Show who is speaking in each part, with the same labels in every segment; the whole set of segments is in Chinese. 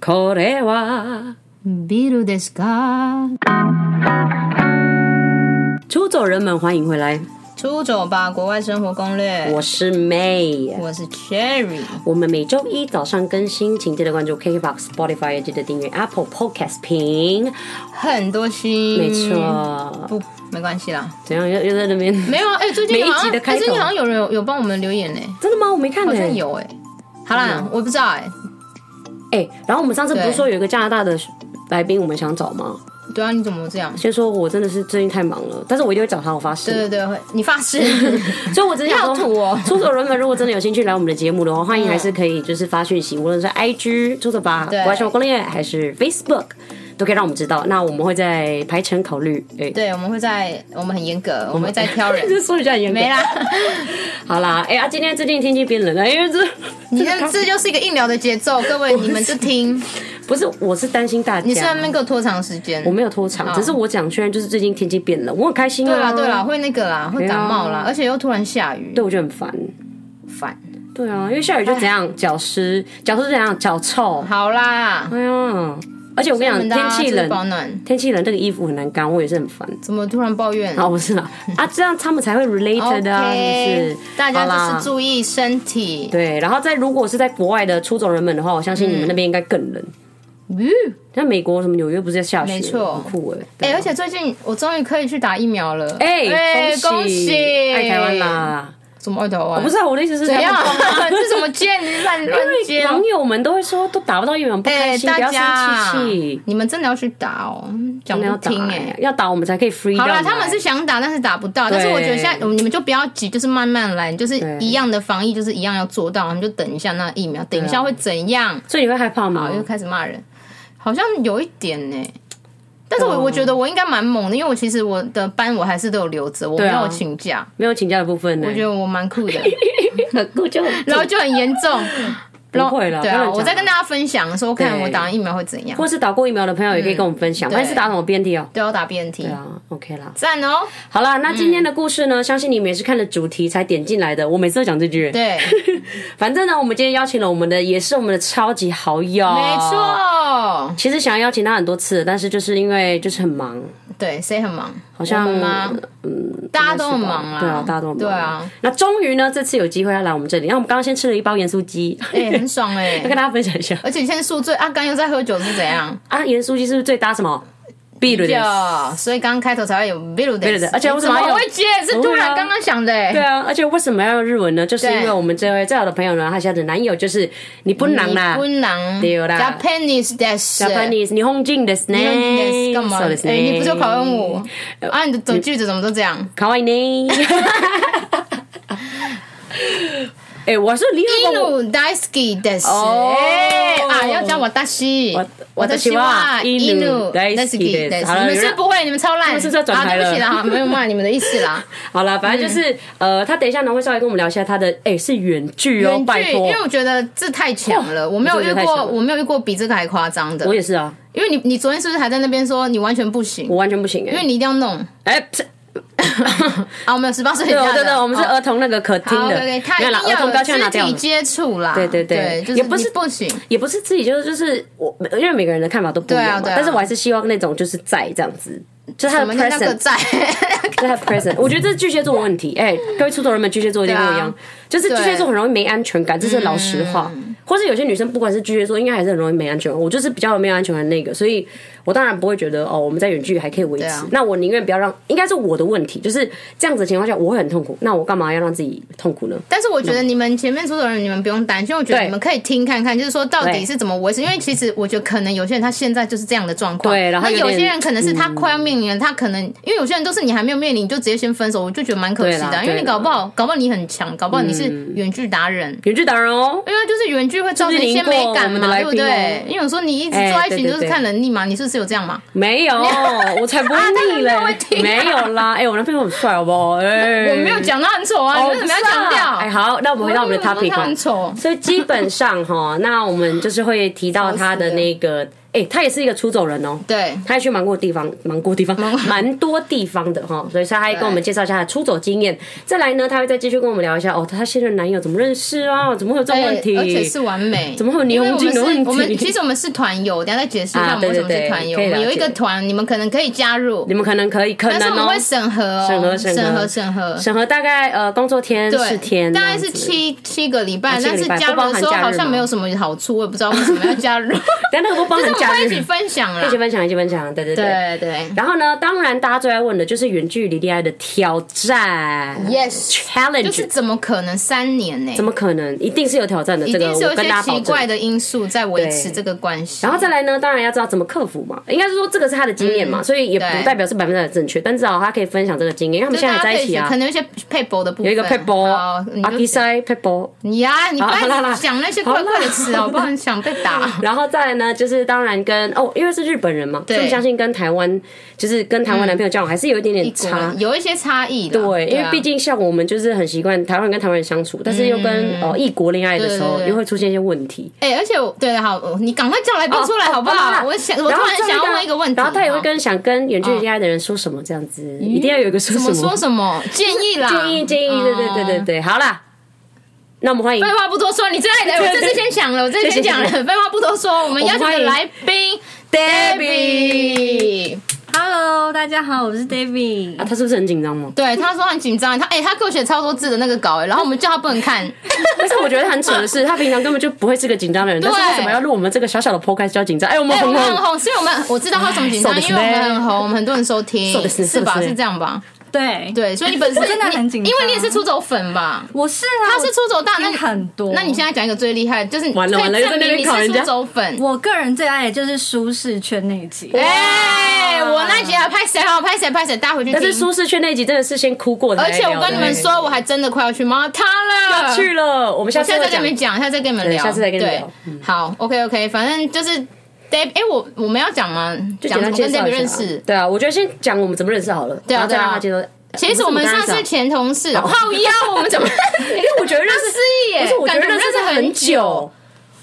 Speaker 1: これは
Speaker 2: ビールですか？
Speaker 1: 出走人们，欢迎回来，
Speaker 2: 出走吧，国外生活攻略。
Speaker 1: 我是 May。
Speaker 2: 我是 Cherry，
Speaker 1: 我们每周一早上更新，请记得关注 KKBOX、Spotify，也记得订阅 Apple Podcast 评。
Speaker 2: 嗯很多星，
Speaker 1: 没，错，
Speaker 2: 不，没关系啦，
Speaker 1: 怎样又又在那边？
Speaker 2: 没有啊，哎、最近好
Speaker 1: 每一集
Speaker 2: 像，
Speaker 1: 的开
Speaker 2: 哎、
Speaker 1: 头
Speaker 2: 最近好像有人有有帮我们留言呢、
Speaker 1: 真的吗？我没看
Speaker 2: 好
Speaker 1: 呢、
Speaker 2: 像有哎、好啦，
Speaker 1: 嗯
Speaker 2: 我不知道哎、
Speaker 1: 哎、然后我们上次不是
Speaker 2: 对
Speaker 1: 说有一个加拿大的来宾，我们想找吗？
Speaker 2: 对啊，你怎么这样？
Speaker 1: 先说我真的是最近太忙了，但是我一定会找他，我发誓。
Speaker 2: 对对对，会你发 誓，
Speaker 1: 所以我只是想
Speaker 2: 要
Speaker 1: 说。
Speaker 2: 吐哦。 嗯
Speaker 1: 出走人们如果真的有兴趣来我们的节目的话，欢迎还是可以就是发讯息，无论是 IG 出走吧，
Speaker 2: 对
Speaker 1: 国外生活攻略，还是 Facebook，都可以让我们知道。那我们会在排程考虑，哎、。
Speaker 2: 对，我们会在，我们很严格，我们会再挑人
Speaker 1: 这说一下严格
Speaker 2: 没 啦，
Speaker 1: 好啦，哎、呀、今天最近天气变冷了，因为这
Speaker 2: 你看这就是一个硬聊的节奏，各位你们就听。
Speaker 1: 不是，我是担心大
Speaker 2: 你是在那
Speaker 1: 家。
Speaker 2: 边给我拖长时间
Speaker 1: 我？没有拖长，只是我讲，虽然就是最近天气变冷，我很开心啊。啊
Speaker 2: 对啦对啦，，会那个啦，会感冒啦，而且又突然下雨，
Speaker 1: 对我就很烦。
Speaker 2: 烦。
Speaker 1: 对啊，因为下雨就怎样，脚湿，脚湿怎样，脚臭。
Speaker 2: 好啦，
Speaker 1: 哎呀，而且我跟
Speaker 2: 我们
Speaker 1: 你
Speaker 2: 大
Speaker 1: 讲，
Speaker 2: 家
Speaker 1: 天气
Speaker 2: 注意保
Speaker 1: 冷，
Speaker 2: 暖。
Speaker 1: 天气冷，这个衣服很难干，我也是很烦。
Speaker 2: 怎么突然抱怨
Speaker 1: 啊，不是 啦，啊，这样他们才会 related 啊，就是
Speaker 2: ？OK，大
Speaker 1: 好啦
Speaker 2: 家就是注意身体。
Speaker 1: 对。然后在如果是在国外的出走人们的话，我相信你们那边应该更冷。
Speaker 2: 嗯，
Speaker 1: 像美国什么纽约不是在下雪，
Speaker 2: 没错
Speaker 1: 很酷哎。对
Speaker 2: 哎，
Speaker 1: 啊
Speaker 2: 而且最近我终于可以去打疫苗了。
Speaker 1: 哎、
Speaker 2: 哎，恭喜！
Speaker 1: 爱台湾！啦！
Speaker 2: 怎么爱台湾？
Speaker 1: 不是、啊，我的意思是
Speaker 2: 怎
Speaker 1: 他
Speaker 2: 样
Speaker 1: 们疯啊？？
Speaker 2: 这什么贱？你乱乱
Speaker 1: 因为
Speaker 2: 接哦！
Speaker 1: 网友们都会说都打不到疫苗，不开
Speaker 2: 哎，
Speaker 1: 心，
Speaker 2: 大
Speaker 1: 不要
Speaker 2: 家
Speaker 1: 生气气，，
Speaker 2: 你们真的要去打哦，讲
Speaker 1: 真的要
Speaker 2: 不
Speaker 1: 打
Speaker 2: 听
Speaker 1: 欸
Speaker 2: 哎。
Speaker 1: 要打我们才可以 free。
Speaker 2: 好啦，他们是想打，但是打不到。但是我觉得现在你们就不要急，就是慢慢来，就是一样的防疫，就是一样要做到，你就等一下那疫苗，
Speaker 1: 啊
Speaker 2: 等一下会怎样？
Speaker 1: 所以你会害怕吗
Speaker 2: 我？又开始骂人，好像有一点呢、但
Speaker 1: 啊
Speaker 2: 是我我觉得我应该蛮猛的，因为我其实我的班我还是都有留着，我没
Speaker 1: 啊
Speaker 2: 有请假，
Speaker 1: 没有请假的部分呢？
Speaker 2: 我 觉得我蛮酷的，
Speaker 1: 得我就
Speaker 2: 然后就很严重。然后
Speaker 1: 会啦
Speaker 2: 对
Speaker 1: 不要
Speaker 2: 啊，
Speaker 1: 讲
Speaker 2: 我在跟大家分享说，看
Speaker 1: 对啊
Speaker 2: 我打完疫苗会怎样。
Speaker 1: 或是打过疫苗的朋友也可以跟我们分享，
Speaker 2: 对嗯
Speaker 1: 还是打什么 BNT 哦？
Speaker 2: 对，我打 BNT，
Speaker 1: 对啊，OK 啦。
Speaker 2: 赞哦。
Speaker 1: 好啦，那今天的故事呢，相信你们也是看了主题才点进来的。我每次都讲这句，
Speaker 2: 嗯对，
Speaker 1: 反正呢，我们今天邀请了我们的，也是我们的超级好友，
Speaker 2: 没。错，
Speaker 1: 其实想要邀请他很多次，但是就是因为就是很忙，
Speaker 2: 对，谁很忙？
Speaker 1: 好像嗯
Speaker 2: 我们吗？大家都很忙啦。
Speaker 1: 对啊，大家都很忙。
Speaker 2: 对啊，。
Speaker 1: 那终于呢，这次有机会要来我们这里。那我们刚刚先吃了一包盐酥鸡，
Speaker 2: 哎，很爽哎
Speaker 1: 要。跟大家分享一下
Speaker 2: 而且你现在宿醉，阿刚又在喝酒是怎样？
Speaker 1: 啊，盐酥鸡是不是最搭什么？碧绿的。
Speaker 2: 有，所以刚刚开头才会有 v i l d e
Speaker 1: Vildes，而且为什么要
Speaker 2: 我会接？是突然刚刚想的、欸。
Speaker 1: 啊对啊，而且为什么要用日文呢？就是因为
Speaker 2: 对
Speaker 1: 我们这位最好的朋友呢，他现在的男友就是你不能啦。
Speaker 2: 槟榔，
Speaker 1: 对啦
Speaker 2: Japanese desu。
Speaker 1: Japanese 日本人ですね。
Speaker 2: 干嘛？
Speaker 1: そう
Speaker 2: 哎
Speaker 1: ですね。
Speaker 2: 你不是有考问我？
Speaker 1: 呃
Speaker 2: 啊，你的走句子怎么都这样？
Speaker 1: 可愛いね。 哎，我是厉
Speaker 2: 一
Speaker 1: 害吧？
Speaker 2: 路 daisuki desu。
Speaker 1: 哦
Speaker 2: 哎啊，要讲我大西
Speaker 1: 我，私は
Speaker 2: 一路
Speaker 1: inu daisuki desu 好了
Speaker 2: 你们
Speaker 1: 有
Speaker 2: 是
Speaker 1: 人
Speaker 2: 不会，你们超烂。
Speaker 1: 们是不是要转台了
Speaker 2: 啊对不 起啦，没有骂你们的意思啦。
Speaker 1: 好了，反正就是呃，他等一下呢会稍微跟我们聊一下他的，哎、是远距哦，
Speaker 2: 嗯远距，
Speaker 1: 拜
Speaker 2: 因
Speaker 1: 托
Speaker 2: 为。我觉得这太强了，我没有
Speaker 1: 这
Speaker 2: 遇
Speaker 1: 个太强
Speaker 2: 过，
Speaker 1: 了
Speaker 2: 我没有遇过比这个还夸张的
Speaker 1: 我。也是啊，
Speaker 2: 因为你你昨天是不是还在那边说你完全不行？
Speaker 1: 我完全不行
Speaker 2: 因
Speaker 1: 哎、
Speaker 2: 为你一定要弄
Speaker 1: 哎、不是，
Speaker 2: 啊！我们有十八岁以
Speaker 1: 对
Speaker 2: 下的，
Speaker 1: 对对，我们是儿童那个可听
Speaker 2: 好
Speaker 1: 的，
Speaker 2: ，OK，他
Speaker 1: 没
Speaker 2: 一
Speaker 1: 有啦，
Speaker 2: 定
Speaker 1: 儿
Speaker 2: 要
Speaker 1: 童标签拿
Speaker 2: 有肢
Speaker 1: 掉
Speaker 2: 体
Speaker 1: 了。
Speaker 2: 接触啦，
Speaker 1: 对对对
Speaker 2: 就是
Speaker 1: 也不是
Speaker 2: 你不行，
Speaker 1: 也不是自己，就是就是我，因为每个人的看法都不一样嘛。
Speaker 2: 对啊对啊
Speaker 1: 但是我还是希望那种就是在这样子，就是他
Speaker 2: 我
Speaker 1: 的
Speaker 2: 们那个
Speaker 1: 呃 present，
Speaker 2: 在，
Speaker 1: 就是他的 present。我觉得这是巨蟹座的问题。哎、
Speaker 2: 嗯
Speaker 1: 各位出头人们，巨蟹座一定跟我一样，就
Speaker 2: 对
Speaker 1: 是巨蟹座很容易没安全感，这是老实话。或是有些女生，不管是巨蟹座，应该还是很容易没安全感。我就是比较没有安全感的那个，所以我当然不会觉得哦，我们在远距离还可以维持。
Speaker 2: 对啊
Speaker 1: 那我宁愿不要让，应该是我的问题，就是这样子的情况下，我会很痛苦。那我干嘛要让自己痛苦呢？
Speaker 2: 但是我觉得你们前面出的人，你们不用担心，我觉得
Speaker 1: 对
Speaker 2: 你们可以听看看，就是说到
Speaker 1: 对
Speaker 2: 底是怎么维持，因为其实我觉得可能有些人他现在就是这样的状况，
Speaker 1: 对然后
Speaker 2: 那
Speaker 1: 有
Speaker 2: 有
Speaker 1: 点嗯
Speaker 2: 些人可能是他快要面临了，他可能因为有些人都是你还没有面临，你就直接先分手，我就觉得蛮可惜
Speaker 1: 对啦嗯
Speaker 2: 的，因为
Speaker 1: 对
Speaker 2: 你
Speaker 1: 啦
Speaker 2: 搞不好，搞不好你很强，搞不好你是远距达人。
Speaker 1: 远距达人哦，
Speaker 2: 因为就是远距会造成一些
Speaker 1: 是不是淋
Speaker 2: 美
Speaker 1: 过
Speaker 2: 感
Speaker 1: 我们的
Speaker 2: 嘛，
Speaker 1: 来
Speaker 2: 对不
Speaker 1: 宾哦
Speaker 2: 对？因为有时候你一直
Speaker 1: 哎
Speaker 2: 坐在一起，
Speaker 1: 对对
Speaker 2: 你就是
Speaker 1: 对
Speaker 2: 看能力嘛，你是不是有这样嘛？
Speaker 1: 没 有，我才不
Speaker 2: 啊
Speaker 1: 会腻嘞、没有啦，哎、我男朋友很帅，好不好？哎、
Speaker 2: 我没有讲他很丑啊，你为什么要强调？
Speaker 1: 哎，好，哦那我们回到我们的
Speaker 2: 我没
Speaker 1: topic
Speaker 2: 有说他
Speaker 1: 吧
Speaker 2: 很丑
Speaker 1: 所以基本上哈，那我们就是会提到他的那个哎、他也是一个出走人哦、
Speaker 2: 对，
Speaker 1: 他也去蛮过地方，蛮过地方，蛮多地方的哈，所以他还跟我们介绍一下他的出走经验。再来呢，他会再继续跟我们聊一下哦，他现任男友怎么认识啊？怎么会有这种问题？
Speaker 2: 哎而且是完美，
Speaker 1: 怎么会有
Speaker 2: 因为
Speaker 1: 霓虹
Speaker 2: 我
Speaker 1: 镜
Speaker 2: 们
Speaker 1: 的
Speaker 2: 是
Speaker 1: 问题
Speaker 2: 我们其实我们是团友，等一下再解释一下
Speaker 1: 啊
Speaker 2: 我们为什么
Speaker 1: 对对对
Speaker 2: 是团友。
Speaker 1: 可以
Speaker 2: 我
Speaker 1: 了
Speaker 2: 们有一个
Speaker 1: 解
Speaker 2: 团，你们可能可以加入
Speaker 1: 你，们可能可以，可
Speaker 2: 但是我
Speaker 1: 能
Speaker 2: 们
Speaker 1: 哦、
Speaker 2: 会审核哦，
Speaker 1: 审核审核
Speaker 2: 审核审核
Speaker 1: 审核大概呃工作天四
Speaker 2: 对，
Speaker 1: 天这
Speaker 2: 大
Speaker 1: 样
Speaker 2: 概
Speaker 1: 子，啊
Speaker 2: 是七七个礼拜，
Speaker 1: 七个
Speaker 2: 但
Speaker 1: 礼
Speaker 2: 是
Speaker 1: 拜
Speaker 2: 加
Speaker 1: 不包
Speaker 2: 入
Speaker 1: 含
Speaker 2: 的时候
Speaker 1: 假日
Speaker 2: 好像
Speaker 1: 吗
Speaker 2: 没有什么好处，我也不知道为什么要加入。
Speaker 1: 但那个 不包
Speaker 2: 就
Speaker 1: 含
Speaker 2: 是我
Speaker 1: 假
Speaker 2: 们会一
Speaker 1: 日
Speaker 2: 起。分享啦
Speaker 1: 一起，分享，一起分享，对对对。
Speaker 2: 对对
Speaker 1: 然后呢，当然大家最爱问的就是远距离恋爱的挑战
Speaker 2: Yes
Speaker 1: challenge，、
Speaker 2: 就是怎么可能三年呢、
Speaker 1: 怎么可能？一定是有挑战的，
Speaker 2: 一
Speaker 1: 这个
Speaker 2: 定是有
Speaker 1: 我
Speaker 2: 一
Speaker 1: 跟
Speaker 2: 些
Speaker 1: 大家保
Speaker 2: 奇
Speaker 1: 证。
Speaker 2: 怪的因素在维持
Speaker 1: 对
Speaker 2: 这个关系。
Speaker 1: 然后再来呢，当然要知道怎么克服嘛，应该是说这个是他的经验嘛，所以也不
Speaker 2: 对
Speaker 1: 代表是百分之百正确，但至少他可以分享这个经验，因为他们
Speaker 2: 就
Speaker 1: 现在
Speaker 2: 大
Speaker 1: 还在
Speaker 2: 家可
Speaker 1: 一
Speaker 2: 以
Speaker 1: 起
Speaker 2: 学，
Speaker 1: 啊
Speaker 2: 可。能有一些 paper 的部分，
Speaker 1: 有一个 p e b b l
Speaker 2: 好
Speaker 1: e 阿迪塞 p e b b l
Speaker 2: 你呀，你不
Speaker 1: 好啦好
Speaker 2: 要
Speaker 1: 啦。
Speaker 2: 讲那些怪怪的词好不好？你想被打
Speaker 1: 然后再来呢，就是当然跟哦，因为是日本人嘛，所以我相信跟台湾就是跟台湾男朋友交往还是有一点点差。
Speaker 2: 有一些差异啦，
Speaker 1: 对，因为
Speaker 2: 啊
Speaker 1: 毕竟像我们就是很习惯台湾人跟台湾人相处，但是又跟哦异国恋爱的时
Speaker 2: 对
Speaker 1: 候
Speaker 2: 嗯对，对
Speaker 1: 又会出现一些问题。
Speaker 2: 哎，而且我对好，你赶快叫来宾出来好不
Speaker 1: 哦
Speaker 2: 好？我想，我突然
Speaker 1: 这
Speaker 2: 想要问一个问题，
Speaker 1: 然后他也会
Speaker 2: 好
Speaker 1: 跟想跟远距离恋爱的人说什么这样子，一定要有一个说
Speaker 2: 怎
Speaker 1: 什
Speaker 2: 么
Speaker 1: 么
Speaker 2: 说什么建议啦，
Speaker 1: 建议建议，对对对对
Speaker 2: 嗯。
Speaker 1: 对，好啦，那我们欢迎
Speaker 2: 废话不多说，你这哎，我这次先讲了，我这次先讲了，
Speaker 1: 谢
Speaker 2: 废话不多说，我们邀请的来宾 Debbie。
Speaker 3: Hello，大家好，我是 David
Speaker 1: 啊，。他是不是很紧张吗？
Speaker 2: 对，他说很紧张，他哎、他给我写超多字的那个稿哎，然后我们叫他不能看，
Speaker 1: 但是我觉得很扯的是，他平常根本就不会是个紧张的 人，但是为什么要录我们这个小小的 podcast 就要紧张？哎，我们
Speaker 2: 哎、我
Speaker 1: 红
Speaker 2: 们很
Speaker 1: 红，
Speaker 2: 红，是因为我们我知道他怎么紧张，
Speaker 1: 哎
Speaker 2: 因为我们很红，我们很多人收听
Speaker 1: そう，ですね
Speaker 2: 是吧？
Speaker 1: そうですね
Speaker 2: 是这样吧？
Speaker 3: 对，
Speaker 2: 对，所以你本身
Speaker 3: 我真的很紧张
Speaker 2: 你因为你也是出走粉吧？
Speaker 3: 我是啊，
Speaker 2: 他是出走大，那
Speaker 3: 听
Speaker 2: 你
Speaker 3: 很多。
Speaker 2: 那你现在讲一个最厉害的，就是
Speaker 1: 完了
Speaker 2: 可以
Speaker 1: 完了又在
Speaker 2: 证
Speaker 1: 那
Speaker 2: 明
Speaker 1: 边
Speaker 2: 你
Speaker 1: 考
Speaker 2: 是
Speaker 1: 人
Speaker 2: 出
Speaker 1: 家
Speaker 2: 走粉。
Speaker 3: 我个人最爱的就是舒适圈那一集。
Speaker 2: 哎、我那集还拍谁好拍谁拍谁，大家回去听。
Speaker 1: 但是舒适圈那一集真的是先哭过才
Speaker 2: 而且我
Speaker 1: 聊的
Speaker 2: 跟你们说，我还真的快要去猫他了，
Speaker 1: 要去了，我们下
Speaker 2: 我
Speaker 1: 次
Speaker 2: 下次
Speaker 1: 会
Speaker 2: 再跟
Speaker 1: 讲
Speaker 2: 你。们讲，下次再跟你们
Speaker 1: 对
Speaker 2: 聊，
Speaker 1: 下次再跟你们聊嗯
Speaker 2: 对好，OK OK，反正就是 Dave，哎，我我们要讲吗？
Speaker 1: 就
Speaker 2: 讲
Speaker 1: 简单
Speaker 2: 怎么
Speaker 1: 介
Speaker 2: 跟
Speaker 1: 绍
Speaker 2: Dave
Speaker 1: 一下
Speaker 2: 认识。
Speaker 1: 对啊，我觉得先讲我们怎么认识好了，
Speaker 2: 对啊
Speaker 1: 然后再让他介绍。
Speaker 2: 其实我们
Speaker 1: 不是
Speaker 2: 上
Speaker 1: 怎么
Speaker 2: 次
Speaker 1: 认识啊
Speaker 2: 前同事， 靠腰，我们怎么？
Speaker 1: 因为我觉得认识
Speaker 2: 啊是耶
Speaker 1: 不是我觉得
Speaker 2: 感觉
Speaker 1: 认识
Speaker 2: 认识很
Speaker 1: 很久
Speaker 2: 久，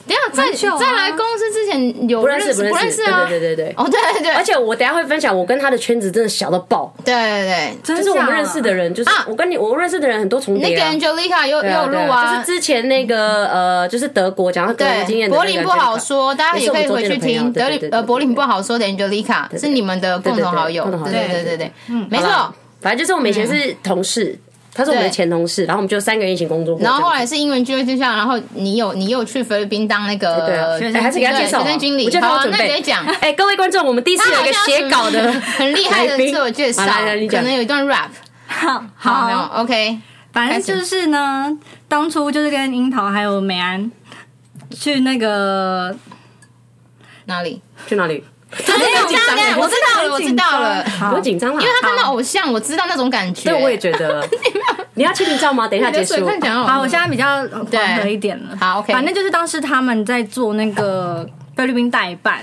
Speaker 2: 等一下
Speaker 3: 很久
Speaker 2: 在
Speaker 3: 啊
Speaker 2: 在来公司之前有
Speaker 1: 不认识
Speaker 2: 识
Speaker 1: 不
Speaker 2: 不
Speaker 1: 认
Speaker 2: 认
Speaker 1: 识
Speaker 2: 啊？
Speaker 1: 对对对对对
Speaker 2: 哦对对对，
Speaker 1: 而且我等一下会分享，我跟他的圈子真的小到爆，
Speaker 2: 对对对，
Speaker 1: 就是我们认识的人，就是
Speaker 2: 啊
Speaker 1: 我跟你我认识的人很多重
Speaker 2: 那
Speaker 1: 叠
Speaker 2: 个
Speaker 1: 啊。
Speaker 2: Angelica 又
Speaker 1: 对啊
Speaker 2: 又
Speaker 1: 对啊
Speaker 2: 录啊
Speaker 1: 就是。之前那个呃，就是德国讲到德国经
Speaker 2: 对，
Speaker 1: 验的
Speaker 2: 柏
Speaker 1: 那个
Speaker 2: 林
Speaker 1: Angelica，
Speaker 2: 不好说，大家
Speaker 1: 也
Speaker 2: 也
Speaker 1: 是我
Speaker 2: 可
Speaker 1: 们
Speaker 2: 以回去
Speaker 1: 昨天的朋友
Speaker 2: 听。
Speaker 1: 对
Speaker 2: 德
Speaker 1: 对
Speaker 2: 里
Speaker 1: 对对
Speaker 2: 呃，柏林不好说的 Angelica 是你们的共同好友，
Speaker 1: 对
Speaker 2: 对
Speaker 1: 对对
Speaker 2: 对对对对，嗯，没错。
Speaker 1: 反正就是我们以前是同事，他是我们的
Speaker 2: 嗯对
Speaker 1: 前同事，然后我们就三个人一起工作过这
Speaker 2: 然
Speaker 1: 样子。
Speaker 2: 后后来是英文机会之下，然后你有你有去菲律宾当那个
Speaker 1: 对啊，
Speaker 3: 生
Speaker 1: 哎还是给他介绍啊
Speaker 2: 对学生经理
Speaker 1: 我觉得他有准备
Speaker 2: 好啊那你得讲
Speaker 1: 哎，各位观众，我们第一次有一个写稿的
Speaker 2: 很厉害的自我介绍，
Speaker 1: 来来来你
Speaker 2: 可
Speaker 1: 讲
Speaker 2: 能有一段 rap，
Speaker 3: 好，
Speaker 2: 好没有
Speaker 3: 啊好，
Speaker 2: ？OK，
Speaker 3: 反正就是呢，当初就是跟樱桃还有美安去那个，
Speaker 2: 哪里？
Speaker 1: 去哪里？
Speaker 2: 对
Speaker 1: 很紧张
Speaker 2: 我知道了，我知道了，
Speaker 1: 不
Speaker 3: 好
Speaker 1: 用，紧张啦，
Speaker 2: 因为他看到偶像，我知道那种感觉。
Speaker 1: 对我也觉 得。你要签名照吗？等一下
Speaker 2: 你的
Speaker 1: 结束
Speaker 2: 水。分讲
Speaker 3: 好，我现在比较缓和一点了。
Speaker 2: 好，OK
Speaker 3: 反正就是当时他们在做那个菲律宾代办，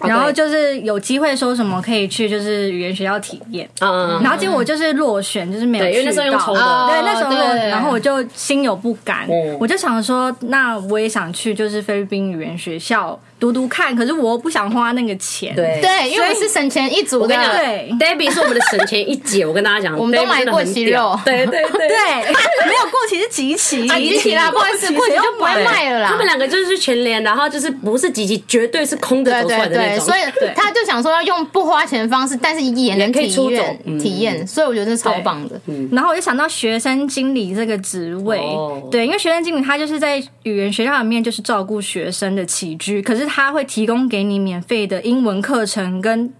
Speaker 3: 然后就是有机会说什么可以去就是语言学校体验，
Speaker 1: 嗯，
Speaker 3: 然后结果我就是落选，就是没有
Speaker 1: 对因为那
Speaker 3: 去
Speaker 1: 时候用
Speaker 3: 到
Speaker 1: 抽的
Speaker 2: 哦
Speaker 3: 对，那时候落
Speaker 2: 对
Speaker 3: 选，然后我就心有不甘
Speaker 1: 嗯，
Speaker 3: 我就想说，那我也想去就是菲律宾语言学校读读看，可是我又不想花那个钱，
Speaker 1: 对
Speaker 2: 对，因为我是省钱一族
Speaker 1: 我跟你讲
Speaker 2: 的，
Speaker 3: 对
Speaker 1: ，Debbie 是我们的省钱一姐，我跟大家讲，
Speaker 2: 我们都
Speaker 1: Debbie
Speaker 2: 买
Speaker 1: 真的
Speaker 2: 过
Speaker 1: 很
Speaker 2: 期
Speaker 1: 屌
Speaker 2: 肉
Speaker 1: 对对对
Speaker 3: 对， 没有过期是集齐，
Speaker 2: 啊集齐啦不好意思过期就不会
Speaker 3: 谁要 买
Speaker 2: 卖了啦
Speaker 1: 他们两个就是全连，然后就是不是几集，绝对是空的
Speaker 2: 对
Speaker 1: 走出
Speaker 2: 对
Speaker 1: 来的那
Speaker 2: 对，
Speaker 1: 种。
Speaker 2: 所以他就想说要用不花钱的方式，但是也能
Speaker 1: 可以
Speaker 2: 体
Speaker 1: 出走嗯
Speaker 2: 验体验，所以我觉得这是超棒的。
Speaker 3: 然后我就想到学生经理这个职位，
Speaker 1: 哦
Speaker 3: 对，因为学生经理他就是在语言学校里面就是照顾学生的起居，可是他会提供给你免费的英文课程跟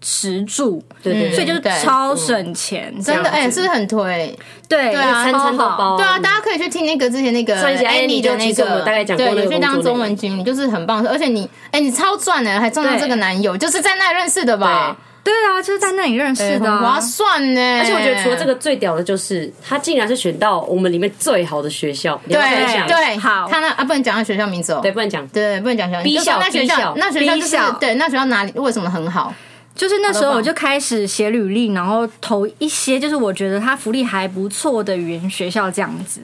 Speaker 3: 食住，
Speaker 1: 对对对
Speaker 3: 所以就是
Speaker 2: 对
Speaker 3: 超省钱，
Speaker 2: 真的，
Speaker 3: 这样
Speaker 2: 哎、是不是很推？
Speaker 3: 对
Speaker 2: 对啊
Speaker 1: 三
Speaker 3: 超
Speaker 1: 餐都
Speaker 3: 好
Speaker 1: 包，嗯
Speaker 2: 对啊，大家可以去听那个之前那个
Speaker 1: 哦上一集 Annie
Speaker 2: 的
Speaker 1: 就
Speaker 2: 那
Speaker 1: 其实我
Speaker 2: 个，
Speaker 1: 们大概讲过
Speaker 2: 对，
Speaker 1: 那个
Speaker 2: 有去
Speaker 1: 工
Speaker 2: 当
Speaker 1: 作内
Speaker 2: 中文经理，就是很棒的。而且你，哎、你超赚的，还撞到
Speaker 3: 对
Speaker 2: 这个男友，就是在那认识的吧？
Speaker 3: 对啊，就是在那里认识
Speaker 2: 很
Speaker 3: 的啊、
Speaker 2: 划算呢。
Speaker 1: 而
Speaker 2: 而
Speaker 1: 且我觉得除了这个，最屌的就是他竟然是选到我们里面最好的学校，你要分享
Speaker 2: 对对，
Speaker 3: 好
Speaker 2: 他那啊，不能讲他学校名字哦。
Speaker 1: 对，不能讲。
Speaker 2: 对，不能讲学校名字。
Speaker 1: B 校
Speaker 2: 就说那学
Speaker 1: B 校
Speaker 2: 校，那学校就
Speaker 3: B 校
Speaker 2: 是对，那学校哪里为什么很好？
Speaker 3: 就是那时
Speaker 2: 好的
Speaker 3: 候
Speaker 2: 吧
Speaker 3: 我就开始写履历，然后投一些就是我觉得它福利还不错的语言学校这样子。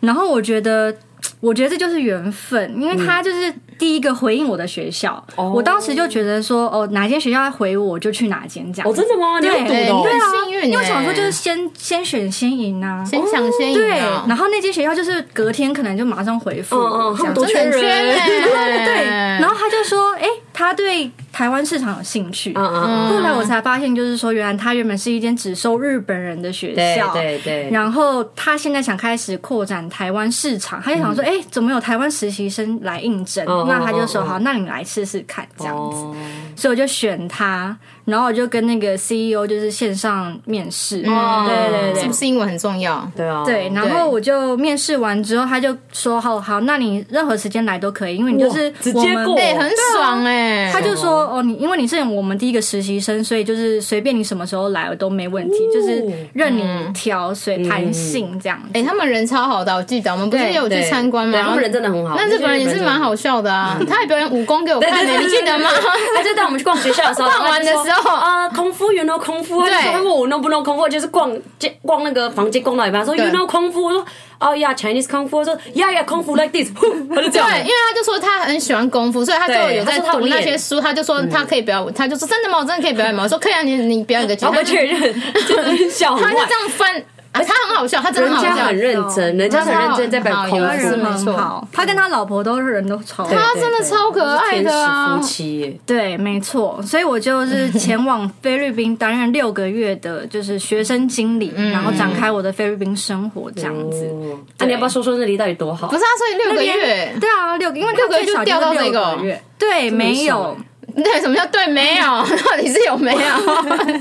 Speaker 3: 然后我觉得我觉得这就是缘分，因为他就是第一个回应我的学校。
Speaker 1: 哦
Speaker 3: 我当时就觉得说，哦，哪间学校回我，我就去哪间这样。
Speaker 1: 哦，真的吗？你有赌的哦
Speaker 3: 对啊，
Speaker 2: 很幸运欸
Speaker 3: 因为我想说就是先先选先赢啊。
Speaker 2: 先
Speaker 1: 哦
Speaker 2: 抢先赢
Speaker 3: 对，
Speaker 2: 啊，
Speaker 3: 然后那间学校就是隔天可能就马上回复我，
Speaker 1: 嗯嗯他
Speaker 3: 这样
Speaker 1: 们
Speaker 3: 子
Speaker 1: 多
Speaker 2: 真的很缺人，
Speaker 3: 对，然后他就说，哎，他对台湾市场有兴趣。
Speaker 1: 嗯嗯
Speaker 3: 后来我才发现，就是说，原来他原本是一间只收日本人的学
Speaker 1: 对
Speaker 3: 校，
Speaker 1: 对对
Speaker 3: 然后他现在想开始扩展台湾市场，他就想说，哎、怎么有台湾实习生来应征？
Speaker 1: 嗯
Speaker 3: 那他就
Speaker 1: 嗯
Speaker 3: 说，
Speaker 1: 嗯
Speaker 3: 好，那你来试试看这样子。
Speaker 1: 哦
Speaker 3: 所以我就选他，然后我就跟那个 CEO 就是线上面试，
Speaker 1: 哦
Speaker 3: 对对
Speaker 2: 嗯是
Speaker 3: 对
Speaker 2: 不。是英文很重要？
Speaker 1: 对啊，
Speaker 3: 对，然后我就面试完之后，他就说：“好好，那你任何时间来都可以，因为你就
Speaker 1: 哇
Speaker 3: 是
Speaker 1: 直
Speaker 3: 我
Speaker 1: 接
Speaker 3: 们
Speaker 1: 过
Speaker 2: 对，很爽哎，
Speaker 1: 啊
Speaker 3: 他就说哦，你因为你是我们第一个实习生，所以就是随便你什么时候来我都没问
Speaker 2: 哦
Speaker 3: 题，就是任
Speaker 2: 嗯
Speaker 3: 你挑，所以弹性这样子。
Speaker 2: 哎、他们人超好的，我记得我们不是
Speaker 3: 对
Speaker 2: 有去
Speaker 1: 对
Speaker 2: 参观吗？
Speaker 1: 对他们人真的很好，
Speaker 2: 那日本人也是蛮好笑 的啊，他还表演武功给我看呢、你记得吗？
Speaker 1: 他就带我们去逛学校的时候，
Speaker 2: 逛完的时候
Speaker 1: 啊，呃空腹 you know 空腹，他就说
Speaker 2: 对
Speaker 1: 他问我 know 不 know 空腹，就是逛街逛那个房间逛到一半，说 you
Speaker 2: 对
Speaker 1: know 空腹，我说哦呀 Chinese 空腹，我说呀呀空腹 like this，呼他就这
Speaker 2: 对，
Speaker 1: 样，
Speaker 2: 因为他就说他很喜欢功夫，所以他就
Speaker 1: 对
Speaker 2: 有
Speaker 1: 他
Speaker 2: 在
Speaker 1: 说他
Speaker 2: 读
Speaker 1: 有
Speaker 2: 那
Speaker 1: 练
Speaker 2: 些书，他就说他可以表演，他就说真的吗？我真的可以表演吗？我说可以啊，你你表演个几
Speaker 1: 然后。
Speaker 2: 个
Speaker 1: 回去人真的笑很
Speaker 2: 他就
Speaker 1: 坏
Speaker 2: 这。样翻，啊、他很好笑，他真的
Speaker 1: 人
Speaker 2: 好
Speaker 1: 家
Speaker 2: 笑，
Speaker 1: 很认真，人家很认真在摆
Speaker 2: 好
Speaker 1: 空
Speaker 2: 有
Speaker 3: 他
Speaker 2: 是
Speaker 3: 人
Speaker 1: 腹，
Speaker 2: 没
Speaker 3: 很
Speaker 2: 错
Speaker 3: 好，他跟他老婆都是人都超好。
Speaker 2: 他
Speaker 1: 对
Speaker 2: 真的
Speaker 1: 对
Speaker 2: 超可爱
Speaker 1: 天
Speaker 2: 的啊
Speaker 1: 使夫妻耶，
Speaker 3: 对，没错，所以我就是前往菲律宾担任六个月的，就是学生经理，
Speaker 2: 嗯
Speaker 3: 然后展开我的菲律宾生活这样子。
Speaker 1: 哦那你要不要说说那里到底多好
Speaker 2: 不？是啊，所以嗯六个月，
Speaker 3: 对啊，六个，因为他
Speaker 2: 六个月
Speaker 3: 最少
Speaker 2: 就掉到
Speaker 3: 是
Speaker 2: 这
Speaker 3: 六
Speaker 2: 个
Speaker 3: 个月，对，没有，
Speaker 2: 对，什么叫对没 有？到底是有没有？对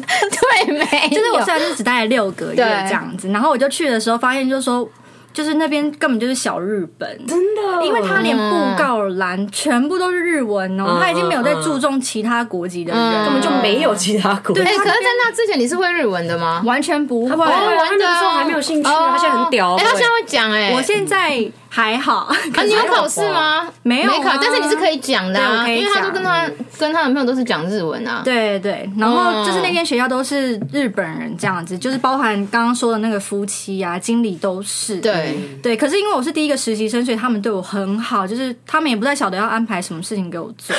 Speaker 2: 哎没有？
Speaker 3: 就是我虽然是只待了六个月
Speaker 2: 对
Speaker 3: 这样子，然后我就去的时候发现，就是说，就是那边根本就是小日本，真的，因为他连
Speaker 2: 嗯
Speaker 3: 布告栏全部都是日文哦，他已经没有在注重其他国籍的
Speaker 2: 嗯
Speaker 3: 人，
Speaker 1: 根本就没有其他国，
Speaker 2: 哎、
Speaker 3: 对
Speaker 2: 可
Speaker 3: 他
Speaker 2: 是，
Speaker 3: 那边
Speaker 2: 在那之前你是会日文的吗？
Speaker 3: 完全不会。
Speaker 1: 哦
Speaker 2: 完
Speaker 1: 他那个时候还没有兴趣啊他现在很屌
Speaker 2: 啊哎、他
Speaker 1: 对
Speaker 2: 现在会讲哎、
Speaker 3: 我现在还好，
Speaker 2: 啊，你有
Speaker 1: 还好
Speaker 2: 考试吗？
Speaker 3: 没有啊
Speaker 2: 没考，但是你是可以讲的、啊，
Speaker 3: 对我可以
Speaker 2: 因为他都
Speaker 3: 讲
Speaker 2: 跟他跟他男朋友都是讲日文啊。
Speaker 3: 对对，然后
Speaker 2: 嗯
Speaker 3: 就是那间学校都是日本人这样子，就是包含刚刚说的那个夫妻啊，经理都是。
Speaker 2: 对，
Speaker 3: 对，可是因为我是第一个实习生，所以他们对我很好，就是他们也不太晓得要安排什么事情给我做。